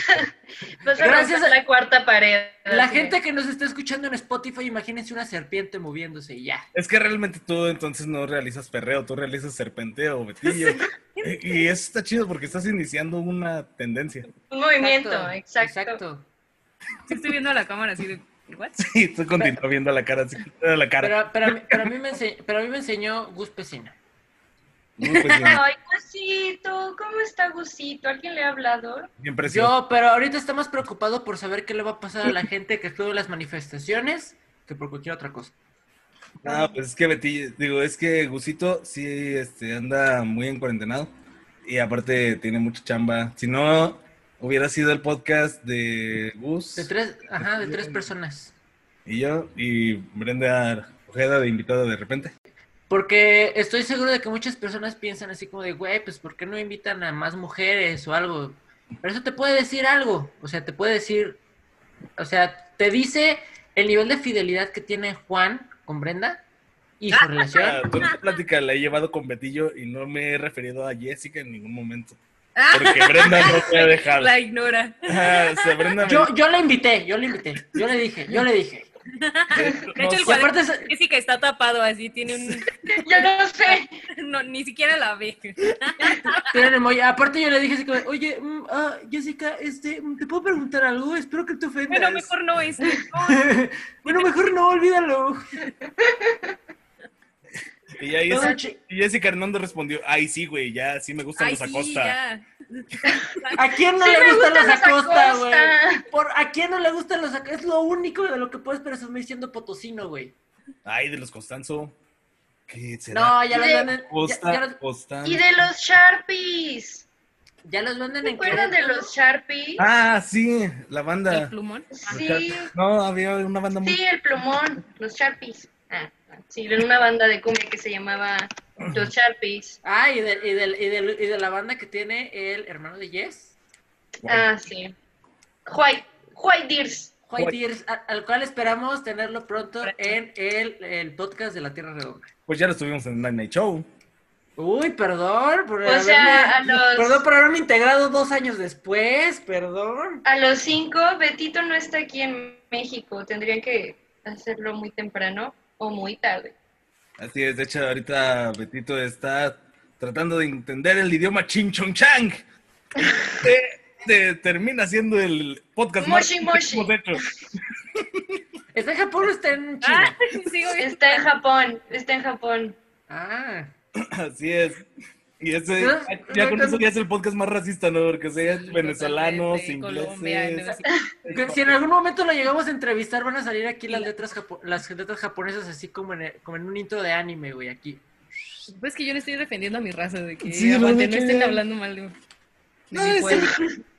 [SPEAKER 2] Vas a
[SPEAKER 1] Gracias
[SPEAKER 2] romper
[SPEAKER 1] a-
[SPEAKER 2] la cuarta pared.
[SPEAKER 1] La
[SPEAKER 2] Así.
[SPEAKER 1] gente que nos está escuchando en Spotify, imagínense una serpiente moviéndose y ya.
[SPEAKER 3] Es que realmente tú entonces no realizas perreo, tú realizas serpenteo, betillo. Eh, Y eso está chido porque estás iniciando una tendencia.
[SPEAKER 2] Un movimiento, exacto.
[SPEAKER 4] Sí estoy viendo a la cámara así de... ¿What?
[SPEAKER 3] Sí, tú continúas viendo la cara, así, quita la
[SPEAKER 1] Pero,
[SPEAKER 3] cara.
[SPEAKER 1] pero, a mí- pero a mí me ense- pero a mí me enseñó Gus Pesina.
[SPEAKER 3] Muy pues, bien,
[SPEAKER 2] Ay, Gusito, ¿cómo está Gusito? ¿Alguien le ha hablado?
[SPEAKER 3] bien precioso.
[SPEAKER 1] Yo, pero ahorita está más preocupado por saber qué le va a pasar a la gente que estuvo en las manifestaciones que por cualquier otra cosa.
[SPEAKER 3] No, pues es que Betillo, digo, es que Gusito sí este, anda muy en cuarentenado y aparte tiene mucha chamba. Si no, hubiera sido el podcast de Gus.
[SPEAKER 1] De tres, ajá, de tres personas.
[SPEAKER 3] Y yo, y Brenda Ojeda de invitada de repente.
[SPEAKER 1] Porque estoy seguro de que muchas personas piensan así como de, güey, pues ¿por qué no invitan a más mujeres o algo? Pero eso te puede decir algo, o sea, te puede decir, o sea, te dice el nivel de fidelidad que tiene Juan con Brenda y su
[SPEAKER 3] Ah,
[SPEAKER 1] relación.
[SPEAKER 3] toda esta plática la he llevado con Betillo y no me he referido a Jessica en ningún momento. Porque Brenda no me ha dejado.
[SPEAKER 4] Ah, La ignora.
[SPEAKER 3] Ah, o sea, Brenda me-
[SPEAKER 1] Yo, yo la invité, yo la invité, yo le dije, yo le dije.
[SPEAKER 4] De hecho, el
[SPEAKER 1] Y
[SPEAKER 4] cuadro
[SPEAKER 1] aparte, se-
[SPEAKER 4] Jessica está tapado así, tiene un...
[SPEAKER 2] Yo no sé.
[SPEAKER 4] No, ni siquiera la ve.
[SPEAKER 1] Tienen emoji. Aparte yo le dije así como, oye, mm, ah, Jessica, este, mm, ¿te puedo preguntar algo? Espero que no te ofendas.
[SPEAKER 4] Bueno, mejor no es.
[SPEAKER 1] bueno, mejor no, olvídalo.
[SPEAKER 3] Y ya
[SPEAKER 1] Todo
[SPEAKER 3] Jessica,
[SPEAKER 1] chi-
[SPEAKER 3] y Jessica Hernández respondió, ay sí, güey, ya sí me gustan
[SPEAKER 4] Ay,
[SPEAKER 3] los
[SPEAKER 4] sí,
[SPEAKER 3] Acosta.
[SPEAKER 4] ya.
[SPEAKER 1] ¿A quién no
[SPEAKER 2] Sí,
[SPEAKER 1] le
[SPEAKER 2] me
[SPEAKER 1] gustan los
[SPEAKER 2] gustan los
[SPEAKER 1] Acosta, güey?
[SPEAKER 2] Acosta.
[SPEAKER 1] Por- ¿A quién no le gustan los Acosta? Es lo único de lo que puedes presumir siendo potosino, güey.
[SPEAKER 3] Ay, de los Constanzo. ¿Qué será?
[SPEAKER 1] No, ya los
[SPEAKER 2] De-
[SPEAKER 1] venden. Ya,
[SPEAKER 3] Costa,
[SPEAKER 1] ya los,
[SPEAKER 3] Constanzo.
[SPEAKER 2] Y de los Sharpies.
[SPEAKER 1] ya los venden
[SPEAKER 2] ¿Se
[SPEAKER 1] en
[SPEAKER 2] acuerdan de
[SPEAKER 1] Querétaro.
[SPEAKER 2] los Sharpies?
[SPEAKER 3] Ah, sí, la
[SPEAKER 4] El
[SPEAKER 3] banda.
[SPEAKER 4] plumón.
[SPEAKER 2] Sí,
[SPEAKER 3] No, había una banda muy...
[SPEAKER 2] sí, el plumón, los Sharpies. Ah, sí, era una banda de cumbia que se llamaba Los Sharpies.
[SPEAKER 1] Ah, y de, y, del- y del- y de la banda que tiene el hermano de Jess.
[SPEAKER 2] Ah, sí. White, White Deers.
[SPEAKER 1] White
[SPEAKER 3] White.
[SPEAKER 1] Tears, a- al cual esperamos tenerlo pronto en el, el podcast de La Tierra Redonda.
[SPEAKER 3] Pues ya lo estuvimos en Night Night Show.
[SPEAKER 1] Uy, perdón por
[SPEAKER 2] O sea,
[SPEAKER 1] haberme-
[SPEAKER 2] a los-
[SPEAKER 1] perdón por haberme integrado dos años después, perdón.
[SPEAKER 2] A los cinco, Betito no está aquí en México. Tendrían que hacerlo muy temprano o muy tarde.
[SPEAKER 3] Así es, de hecho ahorita Betito está tratando de entender el idioma chinchonchang. Eh, te- termina siendo el podcast
[SPEAKER 2] Moshi,
[SPEAKER 3] más
[SPEAKER 2] moshi.
[SPEAKER 3] que hemos hecho.
[SPEAKER 1] ¿Está en Japón o está en
[SPEAKER 4] Ah,
[SPEAKER 1] China?
[SPEAKER 4] sigo bien.
[SPEAKER 2] Ah. Está en Japón, está en Japón.
[SPEAKER 1] Ah,
[SPEAKER 3] Así es. Y ese,
[SPEAKER 1] No,
[SPEAKER 3] ya
[SPEAKER 1] no,
[SPEAKER 3] con
[SPEAKER 1] no.
[SPEAKER 3] eso ya es el podcast más racista, ¿no? Porque sea venezolanos,
[SPEAKER 4] Totalmente,
[SPEAKER 3] ingleses.
[SPEAKER 4] colombianos,
[SPEAKER 1] Que Si en algún momento lo llegamos a entrevistar, van a salir aquí las letras, japo- las letras japonesas así como en, el- como en un intro de anime, güey, aquí.
[SPEAKER 4] Pues que yo no estoy defendiendo a mi raza de que
[SPEAKER 3] Sí,
[SPEAKER 4] aguante,
[SPEAKER 3] no,
[SPEAKER 4] no
[SPEAKER 3] de que-
[SPEAKER 4] estén hablando mal de, de
[SPEAKER 3] No,
[SPEAKER 4] mi
[SPEAKER 3] es,
[SPEAKER 4] pueblo.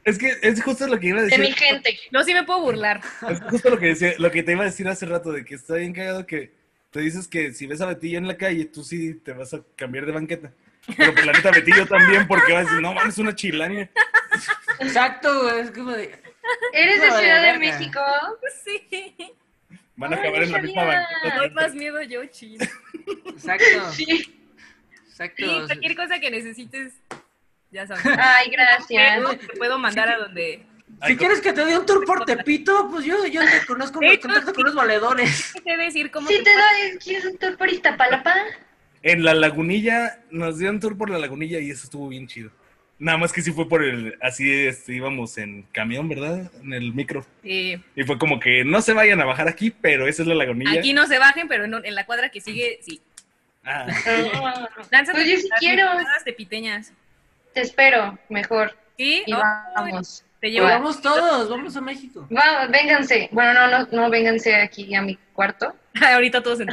[SPEAKER 3] es que es justo lo que iba a
[SPEAKER 2] De
[SPEAKER 3] decir.
[SPEAKER 2] mi gente.
[SPEAKER 4] No, sí me puedo burlar.
[SPEAKER 3] Es justo lo que, decía, lo que te iba a decir hace rato, de que está bien cagado que te dices que si ves a Betillo en la calle, tú sí te vas a cambiar de banqueta. Pero pues la neta, Betillo también, porque vas a decir, no mames, una chilania.
[SPEAKER 1] Exacto, güey, es como de...
[SPEAKER 2] Eres de
[SPEAKER 1] No, de
[SPEAKER 2] Ciudad
[SPEAKER 1] verga.
[SPEAKER 2] de México.
[SPEAKER 4] Sí.
[SPEAKER 3] Van a
[SPEAKER 2] Ay,
[SPEAKER 3] acabar
[SPEAKER 2] no
[SPEAKER 3] en la misma
[SPEAKER 2] sabía.
[SPEAKER 4] Doy
[SPEAKER 3] banqueta.
[SPEAKER 4] más miedo yo, chino.
[SPEAKER 1] Exacto,
[SPEAKER 2] Sí.
[SPEAKER 4] Sí, Ah,
[SPEAKER 1] exacto.
[SPEAKER 4] cualquier cosa que necesites, ya sabes.
[SPEAKER 2] Ay, gracias.
[SPEAKER 4] Algo que Te puedo mandar a donde.
[SPEAKER 1] Si quieres que te dé un tour por Tepito, pues yo, yo te conozco,
[SPEAKER 4] Sí,
[SPEAKER 1] los contacto con los valedores.
[SPEAKER 4] ¿Qué te decir cómo
[SPEAKER 2] Sí,
[SPEAKER 4] te
[SPEAKER 2] te doy. ¿Quieres un tour por Iztapalapa?
[SPEAKER 3] En la lagunilla, nos dio un tour por la lagunilla y eso estuvo bien chido. Nada más que sí fue por el, así este, íbamos en camión, ¿verdad? En el micro.
[SPEAKER 4] Sí.
[SPEAKER 3] Y fue como que no se vayan a bajar aquí, pero esa es la lagunilla.
[SPEAKER 4] Aquí no se bajen, pero en, en la cuadra que sigue, sí.
[SPEAKER 3] Ah,
[SPEAKER 4] Lánzate
[SPEAKER 2] Pues yo
[SPEAKER 4] a
[SPEAKER 2] sí
[SPEAKER 4] las
[SPEAKER 2] quiero.
[SPEAKER 4] micheladas de piteñas.
[SPEAKER 2] Te espero, mejor.
[SPEAKER 4] Sí,
[SPEAKER 2] Y
[SPEAKER 4] oh,
[SPEAKER 2] vamos.
[SPEAKER 4] te
[SPEAKER 1] Pero
[SPEAKER 4] llevo.
[SPEAKER 1] vamos todos, vamos a México.
[SPEAKER 2] Vamos, vénganse. Bueno, no, no, no, vénganse aquí a mi cuarto.
[SPEAKER 4] Ahorita todos en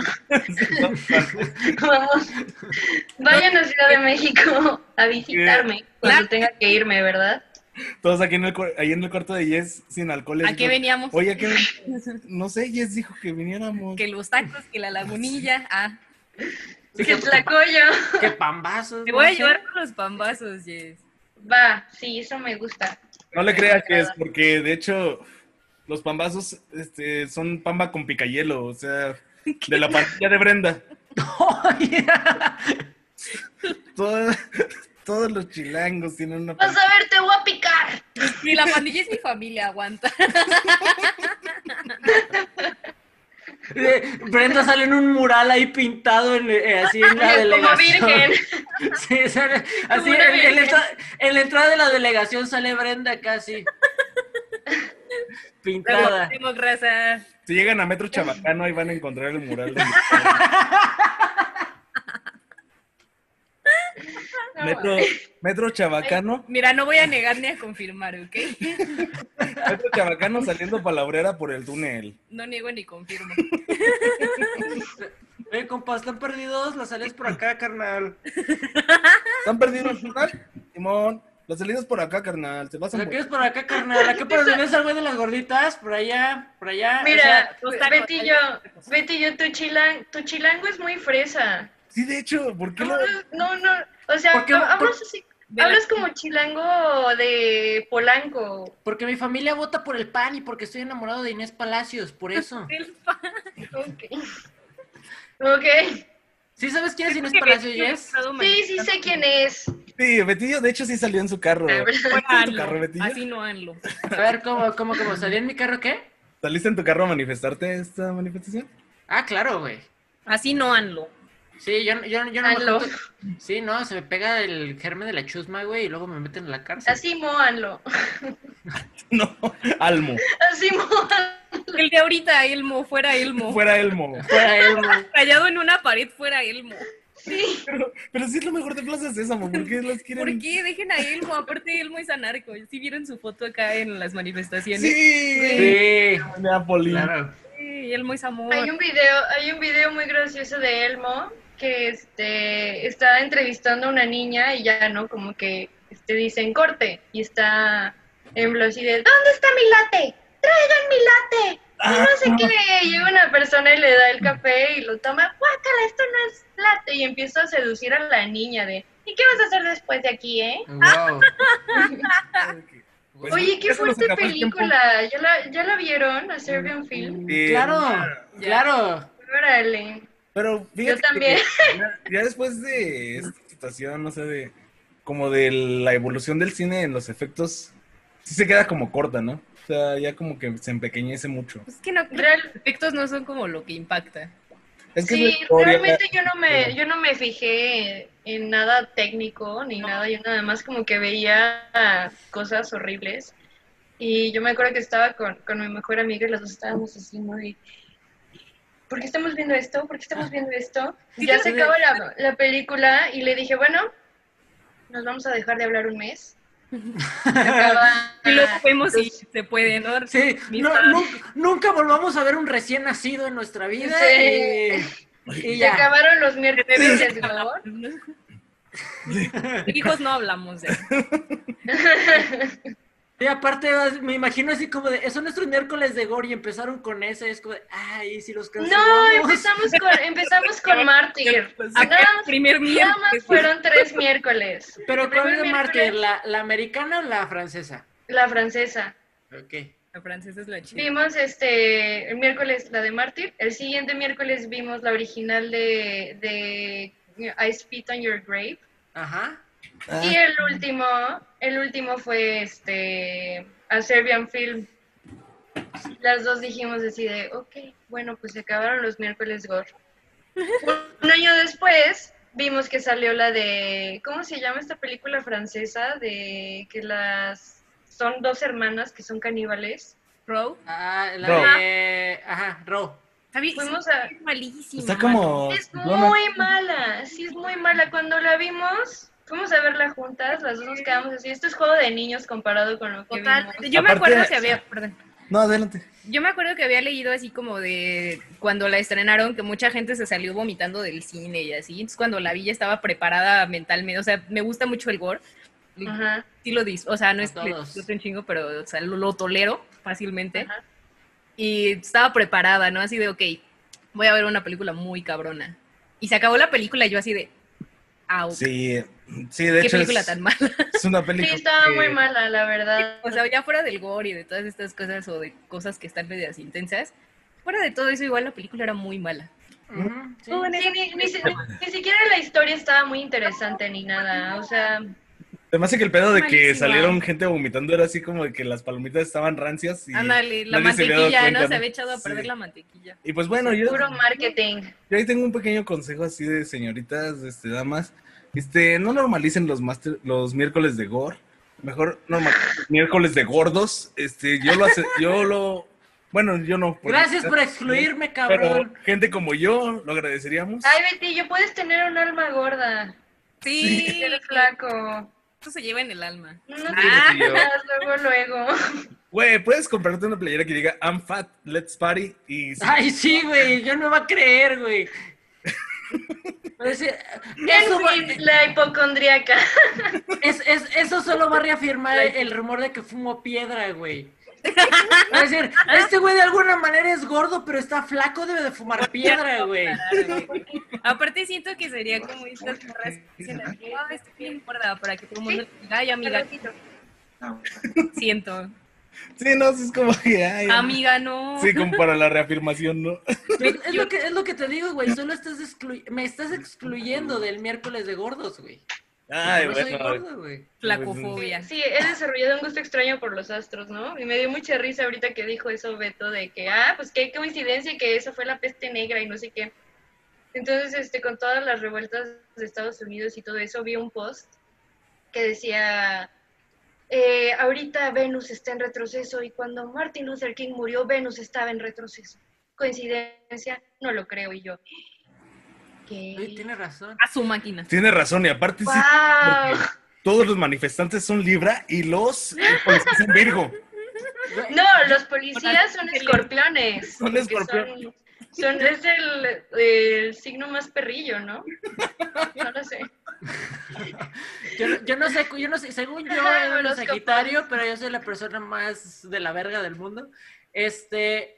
[SPEAKER 2] Vamos. Vayan a Ciudad de México a
[SPEAKER 1] Eh,
[SPEAKER 2] visitarme
[SPEAKER 4] Claro.
[SPEAKER 2] cuando tenga que irme, ¿verdad?
[SPEAKER 3] todos aquí en el, cu- ahí en el cuarto de Jess sin alcohol.
[SPEAKER 4] ¿A qué veníamos?
[SPEAKER 3] Oye, que no sé, Jess dijo que viniéramos.
[SPEAKER 4] Que los tacos, que la lagunilla. Ah,
[SPEAKER 1] Sí,
[SPEAKER 2] que
[SPEAKER 1] que-
[SPEAKER 2] tlacoyo.
[SPEAKER 1] Qué pambazos.
[SPEAKER 4] te
[SPEAKER 1] no
[SPEAKER 4] voy a
[SPEAKER 1] sé.
[SPEAKER 4] llevar con los pambazos, Jess.
[SPEAKER 2] Va, sí, eso me gusta.
[SPEAKER 3] No le creas que es,
[SPEAKER 4] Ah.
[SPEAKER 3] porque de hecho los pambazos este, son pamba con picayelo, o sea, de la pantalla de Brenda.
[SPEAKER 1] Oye,
[SPEAKER 3] Todo- todos los chilangos tienen una
[SPEAKER 2] Vas
[SPEAKER 3] pantalla.
[SPEAKER 2] a ver, te voy a picar.
[SPEAKER 4] Y la pandilla es mi familia, aguanta.
[SPEAKER 1] eh, Brenda sale en un mural ahí pintado en, eh, así en la
[SPEAKER 2] Como
[SPEAKER 1] delegación.
[SPEAKER 2] virgen.
[SPEAKER 1] Sí, sale- así
[SPEAKER 2] una
[SPEAKER 1] en, en la
[SPEAKER 2] virgen.
[SPEAKER 1] entra- en la entrada de la delegación sale Brenda casi. Pintada.
[SPEAKER 4] Revolvemos, raza.
[SPEAKER 3] Si llegan a Metro Chabacano, ahí van a encontrar el mural. De...
[SPEAKER 4] eh,
[SPEAKER 2] No,
[SPEAKER 3] Metro, Metro Chabacano,
[SPEAKER 4] Mira, no voy a negar ni a confirmar, ¿ok?
[SPEAKER 3] Metro Chabacano saliendo palabrera por el túnel.
[SPEAKER 4] No niego ni confirmo.
[SPEAKER 1] Eh, compa, están perdidos, las sales por acá, carnal.
[SPEAKER 3] ¿Están perdidos, carnal? Simón, los salidos por acá, carnal. ¿Te vas a
[SPEAKER 1] ¿La
[SPEAKER 3] morir.
[SPEAKER 1] quieres por acá, carnal? ¿A qué por donde ves al güey de las gorditas? Por allá, por allá. o sea,
[SPEAKER 2] Mira,
[SPEAKER 4] los tacos,
[SPEAKER 2] Betillo, Betillo, tu, chilang, tu chilango es muy fresa.
[SPEAKER 3] Sí, de hecho, ¿por qué lo...?
[SPEAKER 2] Hablas- No, no, o sea,
[SPEAKER 1] ¿Por qué?
[SPEAKER 2] hablas
[SPEAKER 1] ¿Por-
[SPEAKER 2] así,
[SPEAKER 4] de la-
[SPEAKER 2] hablas como chilango de Polanco.
[SPEAKER 1] porque mi familia vota por el pan y porque estoy enamorado de Inés Palacios, por eso.
[SPEAKER 4] El pan.
[SPEAKER 2] Ok. Ok.
[SPEAKER 1] ¿Sí sabes quién es Inés
[SPEAKER 4] Que
[SPEAKER 1] Palacios,
[SPEAKER 4] Betillo
[SPEAKER 1] Jess?
[SPEAKER 4] ha estado
[SPEAKER 2] Sí, sí sé quién es.
[SPEAKER 3] Sí, Betillo, de hecho, sí salió en su carro.
[SPEAKER 2] Ah,
[SPEAKER 4] manipulando.
[SPEAKER 3] ¿Saliste en tu carro, Betillo?
[SPEAKER 4] Así no hanlo.
[SPEAKER 1] A ver, ¿cómo, cómo, cómo? ¿Salí en mi carro qué?
[SPEAKER 3] ¿Saliste en tu carro a manifestarte a esta manifestación?
[SPEAKER 1] Ah, claro, güey.
[SPEAKER 4] Así no hanlo.
[SPEAKER 1] Sí, yo, yo, yo no me
[SPEAKER 2] Aló.
[SPEAKER 1] junto- Sí, no, se me pega el germen de la chusma, güey, y luego me meten en la cárcel.
[SPEAKER 2] Así moanlo.
[SPEAKER 3] No, Almo.
[SPEAKER 2] Así moanlo.
[SPEAKER 4] El de ahorita, Elmo, fuera Elmo.
[SPEAKER 3] Fuera Elmo.
[SPEAKER 1] Fuera él, güey.
[SPEAKER 4] Rayado en una pared, fuera Elmo.
[SPEAKER 3] Pero, pero sí es lo mejor de Plaza Sésamo. ¿Por qué las quieren?
[SPEAKER 4] ¿Por qué? Dejen a Elmo. Aparte, Elmo es anarco. ¿Sí vieron su foto acá en las manifestaciones?
[SPEAKER 3] Sí.
[SPEAKER 1] Sí,
[SPEAKER 3] Napoli.
[SPEAKER 1] claro.
[SPEAKER 4] Sí, Elmo es amor.
[SPEAKER 2] Hay un video, hay un video muy gracioso de Elmo que este está entrevistando a una niña y ya no como que este dicen corte y está en así de ¿Dónde está mi latte? ¡Traigan mi latte!
[SPEAKER 3] Ah,
[SPEAKER 2] Y no sé qué, llega una persona y le da el café y lo toma, guácala, esto no es latte, y empieza a seducir a la niña de ¿Y qué vas a hacer después de aquí, eh?
[SPEAKER 1] Wow.
[SPEAKER 3] Pues,
[SPEAKER 2] Oye, qué
[SPEAKER 3] ya se nos
[SPEAKER 2] fuerte
[SPEAKER 3] acabó el tiempo.
[SPEAKER 2] película, ¿ya la, ya la vieron? ¿A Serbian Film?
[SPEAKER 3] Sí,
[SPEAKER 1] Claro,
[SPEAKER 4] Ya.
[SPEAKER 1] claro.
[SPEAKER 2] Órale.
[SPEAKER 3] Pero fíjate
[SPEAKER 2] Yo también.
[SPEAKER 3] que Ya, ya después de esta situación, no sé, de como de la evolución del cine en los efectos, sí se queda como corta, ¿no? O sea, ya como que se empequeñece mucho.
[SPEAKER 4] Pues Es que no,
[SPEAKER 2] Real,
[SPEAKER 4] los efectos no son como lo que impacta.
[SPEAKER 3] Es que es la
[SPEAKER 2] Sí,
[SPEAKER 3] historia,
[SPEAKER 2] realmente yo no me, yo no me fijé en nada técnico ni nada, yo nada más como que veía cosas horribles. Y yo me acuerdo que estaba con, con mi mejor amiga y los dos estábamos así muy ¿por qué estamos viendo esto? ¿Por qué estamos viendo esto?
[SPEAKER 4] Sí,
[SPEAKER 2] ya
[SPEAKER 4] te-
[SPEAKER 2] se acaba la, la película y le dije, bueno, nos vamos a dejar de hablar un mes.
[SPEAKER 4] Y luego vemos si se puede, ¿no?
[SPEAKER 1] Sí,
[SPEAKER 4] Mis
[SPEAKER 1] no,
[SPEAKER 4] padres.
[SPEAKER 1] nunca, nunca volvamos a ver un recién nacido en nuestra vida.
[SPEAKER 2] Sí.
[SPEAKER 1] Y, y
[SPEAKER 2] Y se
[SPEAKER 1] ya.
[SPEAKER 2] acabaron los miércoles, por favor.
[SPEAKER 4] Hijos no hablamos de
[SPEAKER 1] Y aparte, me imagino así como de, son nuestros miércoles de gore y empezaron con ese, es como de, ay, si los
[SPEAKER 2] No,
[SPEAKER 1] cancelamos.
[SPEAKER 2] empezamos con, empezamos con Mártir.
[SPEAKER 4] Acá
[SPEAKER 2] Nada
[SPEAKER 4] el primer
[SPEAKER 2] más, nada más
[SPEAKER 4] miércoles.
[SPEAKER 2] fueron tres miércoles.
[SPEAKER 1] Pero
[SPEAKER 2] El
[SPEAKER 1] ¿cuál
[SPEAKER 2] primer
[SPEAKER 1] es la
[SPEAKER 2] miércoles,
[SPEAKER 1] mártir? ¿La, la americana o la francesa?
[SPEAKER 2] La francesa.
[SPEAKER 1] Ok.
[SPEAKER 4] La francesa es la chida.
[SPEAKER 2] Vimos este el miércoles la de Mártir, el siguiente miércoles vimos la original de, de I Spit on Your Grave
[SPEAKER 1] Ajá.
[SPEAKER 3] ah,
[SPEAKER 2] y el último, el último fue este A Serbian Film. Las dos dijimos así de, ok, bueno, pues se acabaron los miércoles gore. Un año después vimos que salió la de, ¿cómo se llama esta película francesa? De que las son dos hermanas que son caníbales.
[SPEAKER 4] Row.
[SPEAKER 1] Ah, la
[SPEAKER 3] Ro.
[SPEAKER 1] de... Ajá, Ro.
[SPEAKER 4] Javi,
[SPEAKER 2] Fuimos a,
[SPEAKER 4] es malísima.
[SPEAKER 3] Está como...
[SPEAKER 2] Es
[SPEAKER 3] Oh, no, no.
[SPEAKER 2] muy mala, sí es muy mala. Cuando la vimos, fuimos a verla juntas, las dos nos quedamos así. Esto es juego de niños comparado con lo que
[SPEAKER 4] Total.
[SPEAKER 2] vimos.
[SPEAKER 4] Yo me
[SPEAKER 3] Aparte-
[SPEAKER 4] acuerdo si había, perdón.
[SPEAKER 3] No, adelante.
[SPEAKER 4] Yo me acuerdo que había leído así como de cuando la estrenaron que mucha gente se salió vomitando del cine y así. Entonces cuando la vi ya estaba preparada mentalmente. O sea, me gusta mucho el gore.
[SPEAKER 2] Ajá.
[SPEAKER 4] Sí lo dis, o sea, no
[SPEAKER 1] A
[SPEAKER 4] es lo
[SPEAKER 1] todos.
[SPEAKER 4] disfruto un chingo, pero o sea, lo, lo tolero fácilmente.
[SPEAKER 2] Ajá.
[SPEAKER 4] Y estaba preparada, ¿no? Así de, ok, voy a ver una película muy cabrona. Y se acabó la película y yo así de, au,
[SPEAKER 3] Sí, sí, de
[SPEAKER 4] qué
[SPEAKER 3] hecho
[SPEAKER 4] película
[SPEAKER 3] es,
[SPEAKER 4] tan mala.
[SPEAKER 3] es una
[SPEAKER 2] Sí,
[SPEAKER 3] película.
[SPEAKER 2] estaba
[SPEAKER 3] que-
[SPEAKER 2] muy mala, la verdad.
[SPEAKER 4] O sea, ya fuera del gore y de todas estas cosas o de cosas que están medias intensas, fuera de todo eso igual la película era muy mala.
[SPEAKER 1] Ujú, sí.
[SPEAKER 4] Todo en
[SPEAKER 2] Sí,
[SPEAKER 4] esa-
[SPEAKER 2] ni, ni si- ni siquiera la historia estaba muy interesante ni nada. O sea,
[SPEAKER 3] Además de que el pedo de que
[SPEAKER 4] Malísima.
[SPEAKER 3] salieron gente vomitando era así como de que las palomitas estaban rancias y
[SPEAKER 4] Ándale, la
[SPEAKER 3] nadie se había dado
[SPEAKER 4] mantequilla,
[SPEAKER 3] cuenta,
[SPEAKER 4] ¿no? Se había echado a
[SPEAKER 3] Sí.
[SPEAKER 4] perder la mantequilla.
[SPEAKER 3] Y pues bueno, yo,
[SPEAKER 2] puro marketing.
[SPEAKER 3] yo ahí tengo un pequeño consejo así de señoritas, este, damas. Este, no normalicen los master- los miércoles de gore. Mejor normalicen los miércoles de gordos. Este, yo lo hace, yo lo bueno, yo no. porque-
[SPEAKER 1] Gracias por excluirme,
[SPEAKER 3] Pero
[SPEAKER 1] cabrón.
[SPEAKER 3] gente como yo lo agradeceríamos.
[SPEAKER 2] Ay, Betty, yo puedes tener un alma gorda.
[SPEAKER 4] Sí,
[SPEAKER 2] Ser flaco.
[SPEAKER 4] esto se lleva en el alma.
[SPEAKER 2] No
[SPEAKER 3] Ah.
[SPEAKER 2] te quitas luego, luego.
[SPEAKER 3] Güey, puedes comprarte una playera que diga I'm fat, let's party y si-
[SPEAKER 1] Ay, sí, güey, yo no me va a creer, güey. Parece- Eso, va-
[SPEAKER 2] En fin, la hipocondríaca.
[SPEAKER 1] es, es- eso solo va a reafirmar el rumor de que fumo piedra, güey. Va a decir, este güey de alguna manera es gordo, pero está flaco, debe de fumar piedra, güey.
[SPEAKER 4] Aparte siento que sería como estas morras que dicen, "Ah, estoy bien gorda", para que todo el mundo diga, ay, amiga, siento.
[SPEAKER 3] Sí, no, sí, es como que ay,
[SPEAKER 4] Amiga, no.
[SPEAKER 3] Sí, como para la reafirmación, ¿no?
[SPEAKER 1] Es, es lo, que, es lo que te digo, güey, solo estás exclu- me estás excluyendo del miércoles de gordos, güey.
[SPEAKER 3] Ay,
[SPEAKER 1] Yo no soy
[SPEAKER 3] bueno.
[SPEAKER 1] gordo, güey.
[SPEAKER 4] Flacofobia.
[SPEAKER 2] Sí, he desarrollado un gusto extraño por los astros, ¿no? Y me dio mucha risa ahorita que dijo eso Beto de que, ah, pues qué coincidencia que eso fue la peste negra y no sé qué. Entonces, este, con todas las revueltas de Estados Unidos y todo eso, vi un post que decía, eh, ahorita Venus está en retroceso y cuando Martin Luther King murió, Venus estaba en retroceso. Coincidencia, no lo creo y yo.
[SPEAKER 1] Güey,
[SPEAKER 2] ¿Qué?
[SPEAKER 1] tiene razón.
[SPEAKER 4] A su máquina.
[SPEAKER 3] Tiene razón, y aparte sí,
[SPEAKER 2] ¡Wow!
[SPEAKER 3] todos los manifestantes son Libra y los policías son Virgo.
[SPEAKER 1] Güey,
[SPEAKER 2] No, los policías son escorpiones.
[SPEAKER 3] Son
[SPEAKER 2] porque
[SPEAKER 3] escorpiones.
[SPEAKER 2] Son, son- es el, el signo más perrillo, ¿no? No lo sé.
[SPEAKER 1] Yo, no- yo no sé, yo no sé, según yo
[SPEAKER 2] Ajá,
[SPEAKER 1] era un
[SPEAKER 2] horóscopos.
[SPEAKER 1] Sagitario, pero yo soy la persona más de la verga del mundo. Este,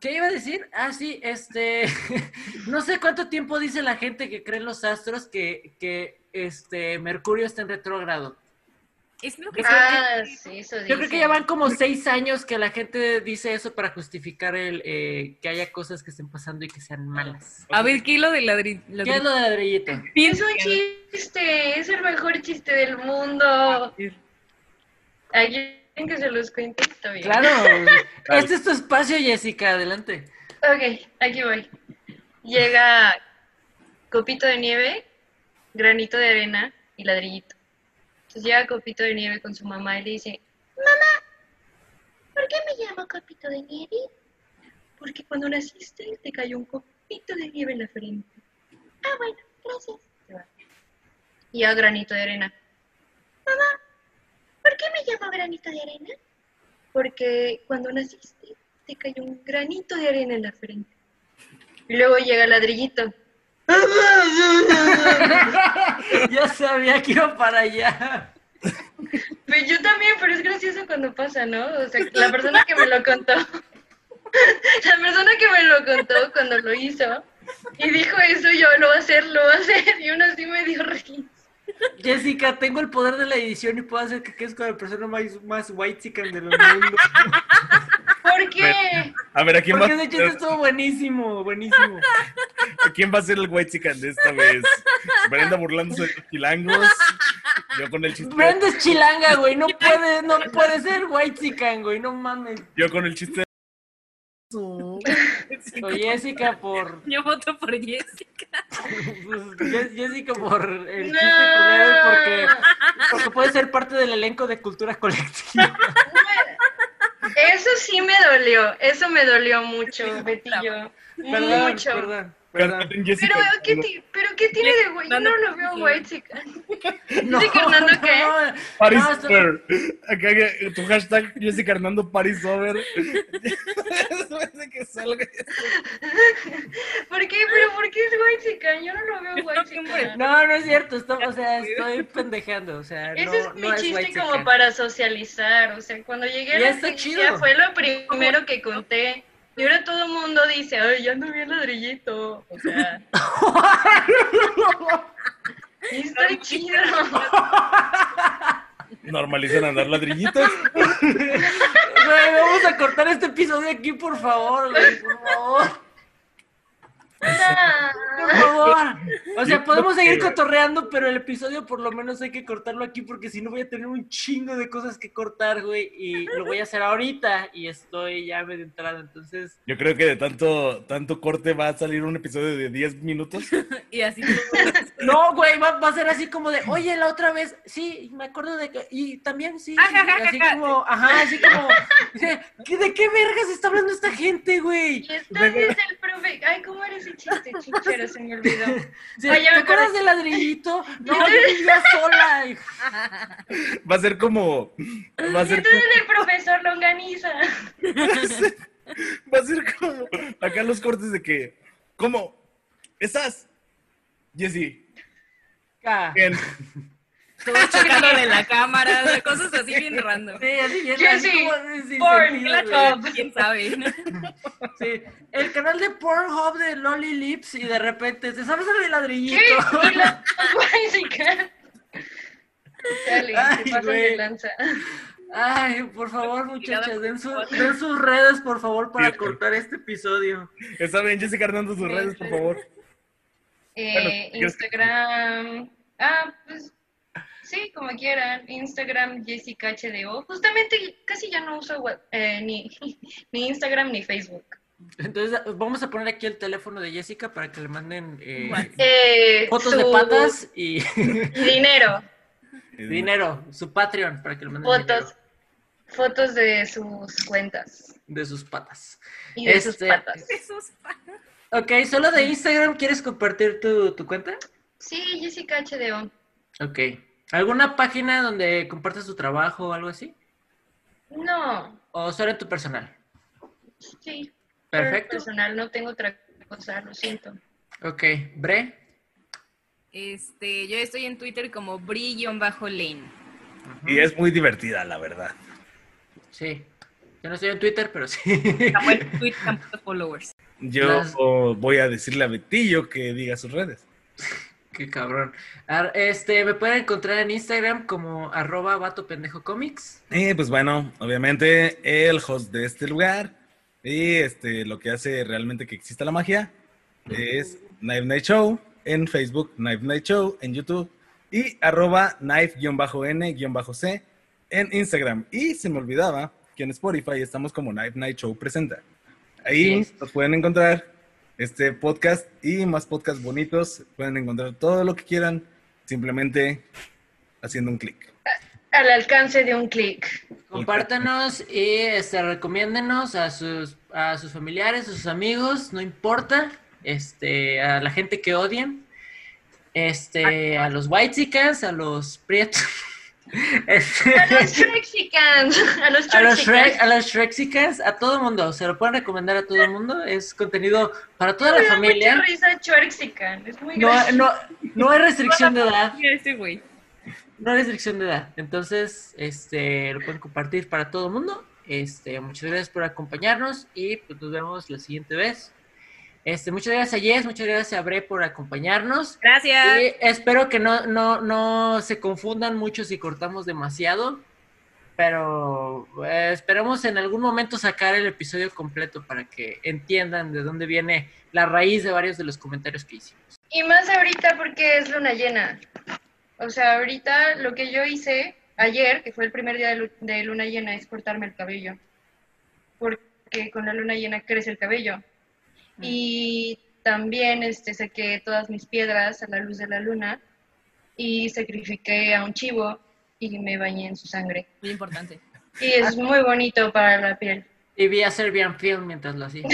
[SPEAKER 1] ¿qué iba a decir? Ah, sí, este, no sé cuánto tiempo dice la gente que cree en los astros que, que este, Mercurio está en retrógrado.
[SPEAKER 4] Es lo que
[SPEAKER 2] Ah, sí, eso
[SPEAKER 1] Yo creo que
[SPEAKER 2] dicen.
[SPEAKER 1] ya van como seis años que la gente dice eso para justificar el eh, que haya cosas que estén pasando y que sean malas.
[SPEAKER 4] A ver, ¿qué es lo de ladrillo?
[SPEAKER 1] ¿Qué es lo de ladrillito?
[SPEAKER 2] Es un chiste, es el mejor chiste del mundo. ¿Alguien que se los cuente? Está bien.
[SPEAKER 1] Claro, este es tu espacio, Jessica, adelante.
[SPEAKER 2] Ok, aquí voy. Llega copito de nieve, granito de arena y ladrillito. Entonces llega copito de nieve con su mamá y le dice, mamá, ¿por qué me llamo copito de nieve? Porque cuando naciste te cayó un copito de nieve en la frente. Ah, bueno, gracias. Se va. Y a granito de arena. Mamá, ¿por qué me llamo granito de arena? Porque cuando naciste te cayó un granito de arena en la frente. Y luego llega el ladrillito.
[SPEAKER 1] ya sabía que iba para allá.
[SPEAKER 2] Pues yo también, pero es gracioso cuando pasa, ¿no? O sea, la persona que me lo contó, la persona que me lo contó cuando lo hizo y dijo eso, yo lo voy a hacer, lo voy a hacer, y uno así me dio risa.
[SPEAKER 1] Jessica, tengo el poder de la edición y puedo hacer que quedes con la persona más, más white del mundo.
[SPEAKER 2] ¿Por qué?
[SPEAKER 3] A ver, ¿a quién, va,
[SPEAKER 1] Porque de hecho esto estuvo buenísimo, buenísimo.
[SPEAKER 3] a quién va a ser el white chican de esta vez? Brenda burlándose de los chilangos. Yo con el chiste.
[SPEAKER 1] Brenda es chilanga, güey. No puede, no puede ser white chican, güey. No mames.
[SPEAKER 3] Yo con el chiste.
[SPEAKER 1] Soy Jessica por.
[SPEAKER 4] Yo voto por Jessica.
[SPEAKER 1] pues, Je- Jessica por el
[SPEAKER 2] No.
[SPEAKER 1] chiste culero y porque, porque puede ser parte del elenco de cultura colectiva.
[SPEAKER 2] Eso sí me dolió, eso me dolió mucho, Betillo.
[SPEAKER 1] Perdón,
[SPEAKER 2] Mucho.
[SPEAKER 1] perdón, perdón.
[SPEAKER 3] Canten Jessica.
[SPEAKER 2] Pero, ¿qué ti- pero ¿qué tiene de güey? Yo no lo veo güey, chica.
[SPEAKER 1] No,
[SPEAKER 2] Dice que Hernando, ¿qué?
[SPEAKER 1] no,
[SPEAKER 3] Paris
[SPEAKER 1] no, esto-
[SPEAKER 3] over. Acá que- tu hashtag Jessica Hernando Paris over. Después de que salga.
[SPEAKER 2] ¿Por qué? ¿Pero por qué es güey, chica? Yo no lo veo güey, chica.
[SPEAKER 1] No, no es cierto, esto- o sea, estoy pendejando, o sea, no,
[SPEAKER 2] Ese es mi
[SPEAKER 1] no es
[SPEAKER 2] chiste
[SPEAKER 1] whitezican.
[SPEAKER 2] como para socializar, o sea, cuando llegué a
[SPEAKER 1] Ya
[SPEAKER 2] la
[SPEAKER 1] está
[SPEAKER 2] ciencia
[SPEAKER 1] chido.
[SPEAKER 2] fue lo primero que conté. Y ahora todo el mundo dice, ay, ya ando bien ladrillito. O sea, sí está chido.
[SPEAKER 3] Normalizan andar ladrillitos.
[SPEAKER 1] Güey, vamos a cortar este episodio aquí, por favor, güey, por favor, por favor. O sea, podemos seguir cotorreando, pero el episodio por lo menos hay que cortarlo aquí porque si no voy a tener un chingo de cosas que cortar, güey, y lo voy a hacer ahorita y estoy ya medio entrado, entonces...
[SPEAKER 3] Yo creo que de tanto, tanto corte va a salir un episodio de 10 minutos.
[SPEAKER 4] Y así
[SPEAKER 1] No, güey, va, va a ser así como de, oye, la otra vez, sí, me acuerdo de que, y también sí, sí",
[SPEAKER 2] Ah,
[SPEAKER 4] Ajajajaja.
[SPEAKER 1] así como, ajá, así como, "¿Qué- ¿de qué vergas está hablando esta gente, güey?
[SPEAKER 2] Y este es el profe. Ay, ¿cómo era ese chiste, chichero? Se me olvidó.
[SPEAKER 1] Sí,
[SPEAKER 2] Ay, ya
[SPEAKER 1] ¿Te
[SPEAKER 2] me
[SPEAKER 1] acuerdas
[SPEAKER 2] acordé.
[SPEAKER 1] del ladrillito? No, yo vivía sola. y-
[SPEAKER 3] Va a ser como. Va a
[SPEAKER 2] Y
[SPEAKER 3] ser como.
[SPEAKER 2] entonces el profesor lo organiza.
[SPEAKER 3] Va a ser como acá los cortes de que, ¿cómo? ¿Estás? Jessy,
[SPEAKER 1] Ca.
[SPEAKER 3] bien.
[SPEAKER 4] todo chocándole la cámara, o sea, cosas así bien random.
[SPEAKER 1] Sí, así, así,
[SPEAKER 2] Yo
[SPEAKER 1] así
[SPEAKER 2] sí,
[SPEAKER 1] como sin sentido,
[SPEAKER 2] porn,
[SPEAKER 1] güey.
[SPEAKER 2] claro.
[SPEAKER 4] ¿Quién sabe?
[SPEAKER 1] Sí, El canal de Pornhub de Lolly Lips y de repente, ¿te sabes el del
[SPEAKER 2] ¿Qué?
[SPEAKER 1] ladrillito?
[SPEAKER 2] Y la güey, chica. Dale,
[SPEAKER 1] Ay,
[SPEAKER 2] te pasan
[SPEAKER 1] güey.
[SPEAKER 2] de lanza.
[SPEAKER 1] Ay, por favor, muchachas,
[SPEAKER 4] con
[SPEAKER 1] den, su-
[SPEAKER 4] cosas.
[SPEAKER 1] den sus redes, por favor, para
[SPEAKER 3] Sí, por-
[SPEAKER 1] cortar este episodio.
[SPEAKER 3] Está bien, Jessica Hernando, sus redes, por favor.
[SPEAKER 2] Eh,
[SPEAKER 3] Bueno,
[SPEAKER 2] Instagram. Ah, pues sí, como quieran. Instagram Jessica HDO. Justamente casi ya no uso wa- eh, ni, ni Instagram ni Facebook.
[SPEAKER 1] Entonces, vamos a poner aquí el teléfono de Jessica para que le manden eh,
[SPEAKER 4] WhatsApp.
[SPEAKER 2] Eh,
[SPEAKER 1] fotos
[SPEAKER 2] su
[SPEAKER 1] de patas y
[SPEAKER 2] Dinero.
[SPEAKER 1] dinero, su Patreon, para que le manden
[SPEAKER 2] Fotos.
[SPEAKER 1] dinero
[SPEAKER 2] Fotos de sus cuentas.
[SPEAKER 1] de sus patas.
[SPEAKER 2] Y de sus
[SPEAKER 1] Este-
[SPEAKER 2] patas.
[SPEAKER 4] Esos fans.
[SPEAKER 1] Ok, solo de Instagram, ¿quieres compartir tu, tu cuenta?
[SPEAKER 2] Sí, Jessica HDO.
[SPEAKER 1] Ok. ¿Alguna página donde compartas tu trabajo o algo así?
[SPEAKER 2] No,
[SPEAKER 1] ¿O solo en tu personal?
[SPEAKER 2] sí. pero
[SPEAKER 1] Perfecto.
[SPEAKER 2] Personal, no tengo otra cosa, lo siento.
[SPEAKER 1] Ok, Bre.
[SPEAKER 4] Este, yo estoy en Twitter como Bri-Lane.
[SPEAKER 3] Y es muy divertida, la verdad.
[SPEAKER 1] Sí. Yo no estoy en Twitter, pero sí.
[SPEAKER 4] Samuel, Twitter, tampoco followers.
[SPEAKER 3] Yo
[SPEAKER 1] Las-
[SPEAKER 3] oh, voy a decirle a Betillo que diga sus redes.
[SPEAKER 1] Qué cabrón. Ar- Este, me pueden encontrar en Instagram como arroba vato pendejo cómics.
[SPEAKER 3] Eh, pues bueno, obviamente el host de este lugar y este lo que hace realmente que exista la magia es Knife Night Show en Facebook, Knife Night Show en YouTube y arroba knife-n-c en Instagram. Y se me olvidaba que en Spotify estamos como Knife Night Show presenta. Ahí
[SPEAKER 1] Así es.
[SPEAKER 3] nos pueden encontrar este podcast y más podcasts bonitos. Pueden encontrar todo lo que quieran simplemente haciendo un clic.
[SPEAKER 2] Al alcance de un clic.
[SPEAKER 1] Compártanos y este, recomiéndenos a sus, a sus familiares, a sus amigos, no importa, este, a la
[SPEAKER 2] Ah.
[SPEAKER 1] gente que odien, este, a los white a los prietos, Este,
[SPEAKER 2] A los Shrexicans. A los
[SPEAKER 1] A los, Shrek,
[SPEAKER 2] Shrexicans.
[SPEAKER 1] a los Shrexicans, a todo mundo, se lo pueden recomendar a todo el mundo, es contenido para toda la familia.
[SPEAKER 2] Mucha risa Shrexicans, Es muy
[SPEAKER 1] No,
[SPEAKER 2] gracioso.
[SPEAKER 1] no, no hay restricción de edad,
[SPEAKER 4] Mira este güey.
[SPEAKER 1] no hay restricción de edad. Entonces, este, lo pueden compartir para todo el mundo. Este, muchas gracias por acompañarnos y pues nos vemos la siguiente vez. Este, muchas gracias a Jess, muchas gracias a Bre por acompañarnos.
[SPEAKER 4] Gracias.
[SPEAKER 1] Y espero que no, no, no se confundan mucho si cortamos demasiado, pero eh, esperamos en algún momento sacar el episodio completo para que entiendan de dónde viene la raíz de varios de los comentarios que hicimos.
[SPEAKER 2] Y más ahorita porque es luna llena. O sea, ahorita lo que yo hice ayer, que fue el primer día de, lu- de luna llena, es cortarme el cabello. Porque con la luna llena crece el cabello. Y también este, saqué todas mis piedras a la luz de la luna y sacrifiqué a un chivo y me bañé en su sangre.
[SPEAKER 4] Muy importante.
[SPEAKER 2] Y es muy bonito para la piel.
[SPEAKER 1] Y vi a Serbian Film mientras lo hacía.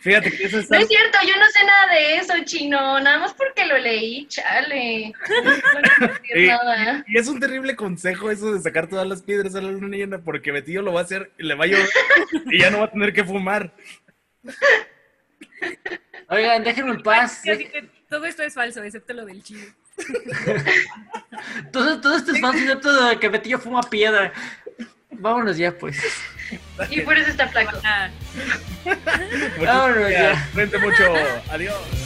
[SPEAKER 3] Fíjate que eso
[SPEAKER 2] No
[SPEAKER 3] está.
[SPEAKER 2] es cierto, yo no sé nada de eso, chino. Nada más porque lo leí, chale. No puedo decir
[SPEAKER 3] Sí.
[SPEAKER 2] nada.
[SPEAKER 3] Y es un terrible consejo eso de sacar todas las piedras a la luna llena, porque Betillo lo va a hacer y le va a llover y ya no va a tener que fumar.
[SPEAKER 1] Oigan, déjenme en paz.
[SPEAKER 4] Así que todo esto es falso, excepto lo del chivo.
[SPEAKER 1] Todo, todo esto es falso, excepto de que Betillo fuma piedra. Vámonos ya, pues.
[SPEAKER 2] Y por eso está flaco.
[SPEAKER 4] Ah.
[SPEAKER 3] Muchas
[SPEAKER 1] Vámonos ya.
[SPEAKER 3] gracias. Cuente mucho. Adiós.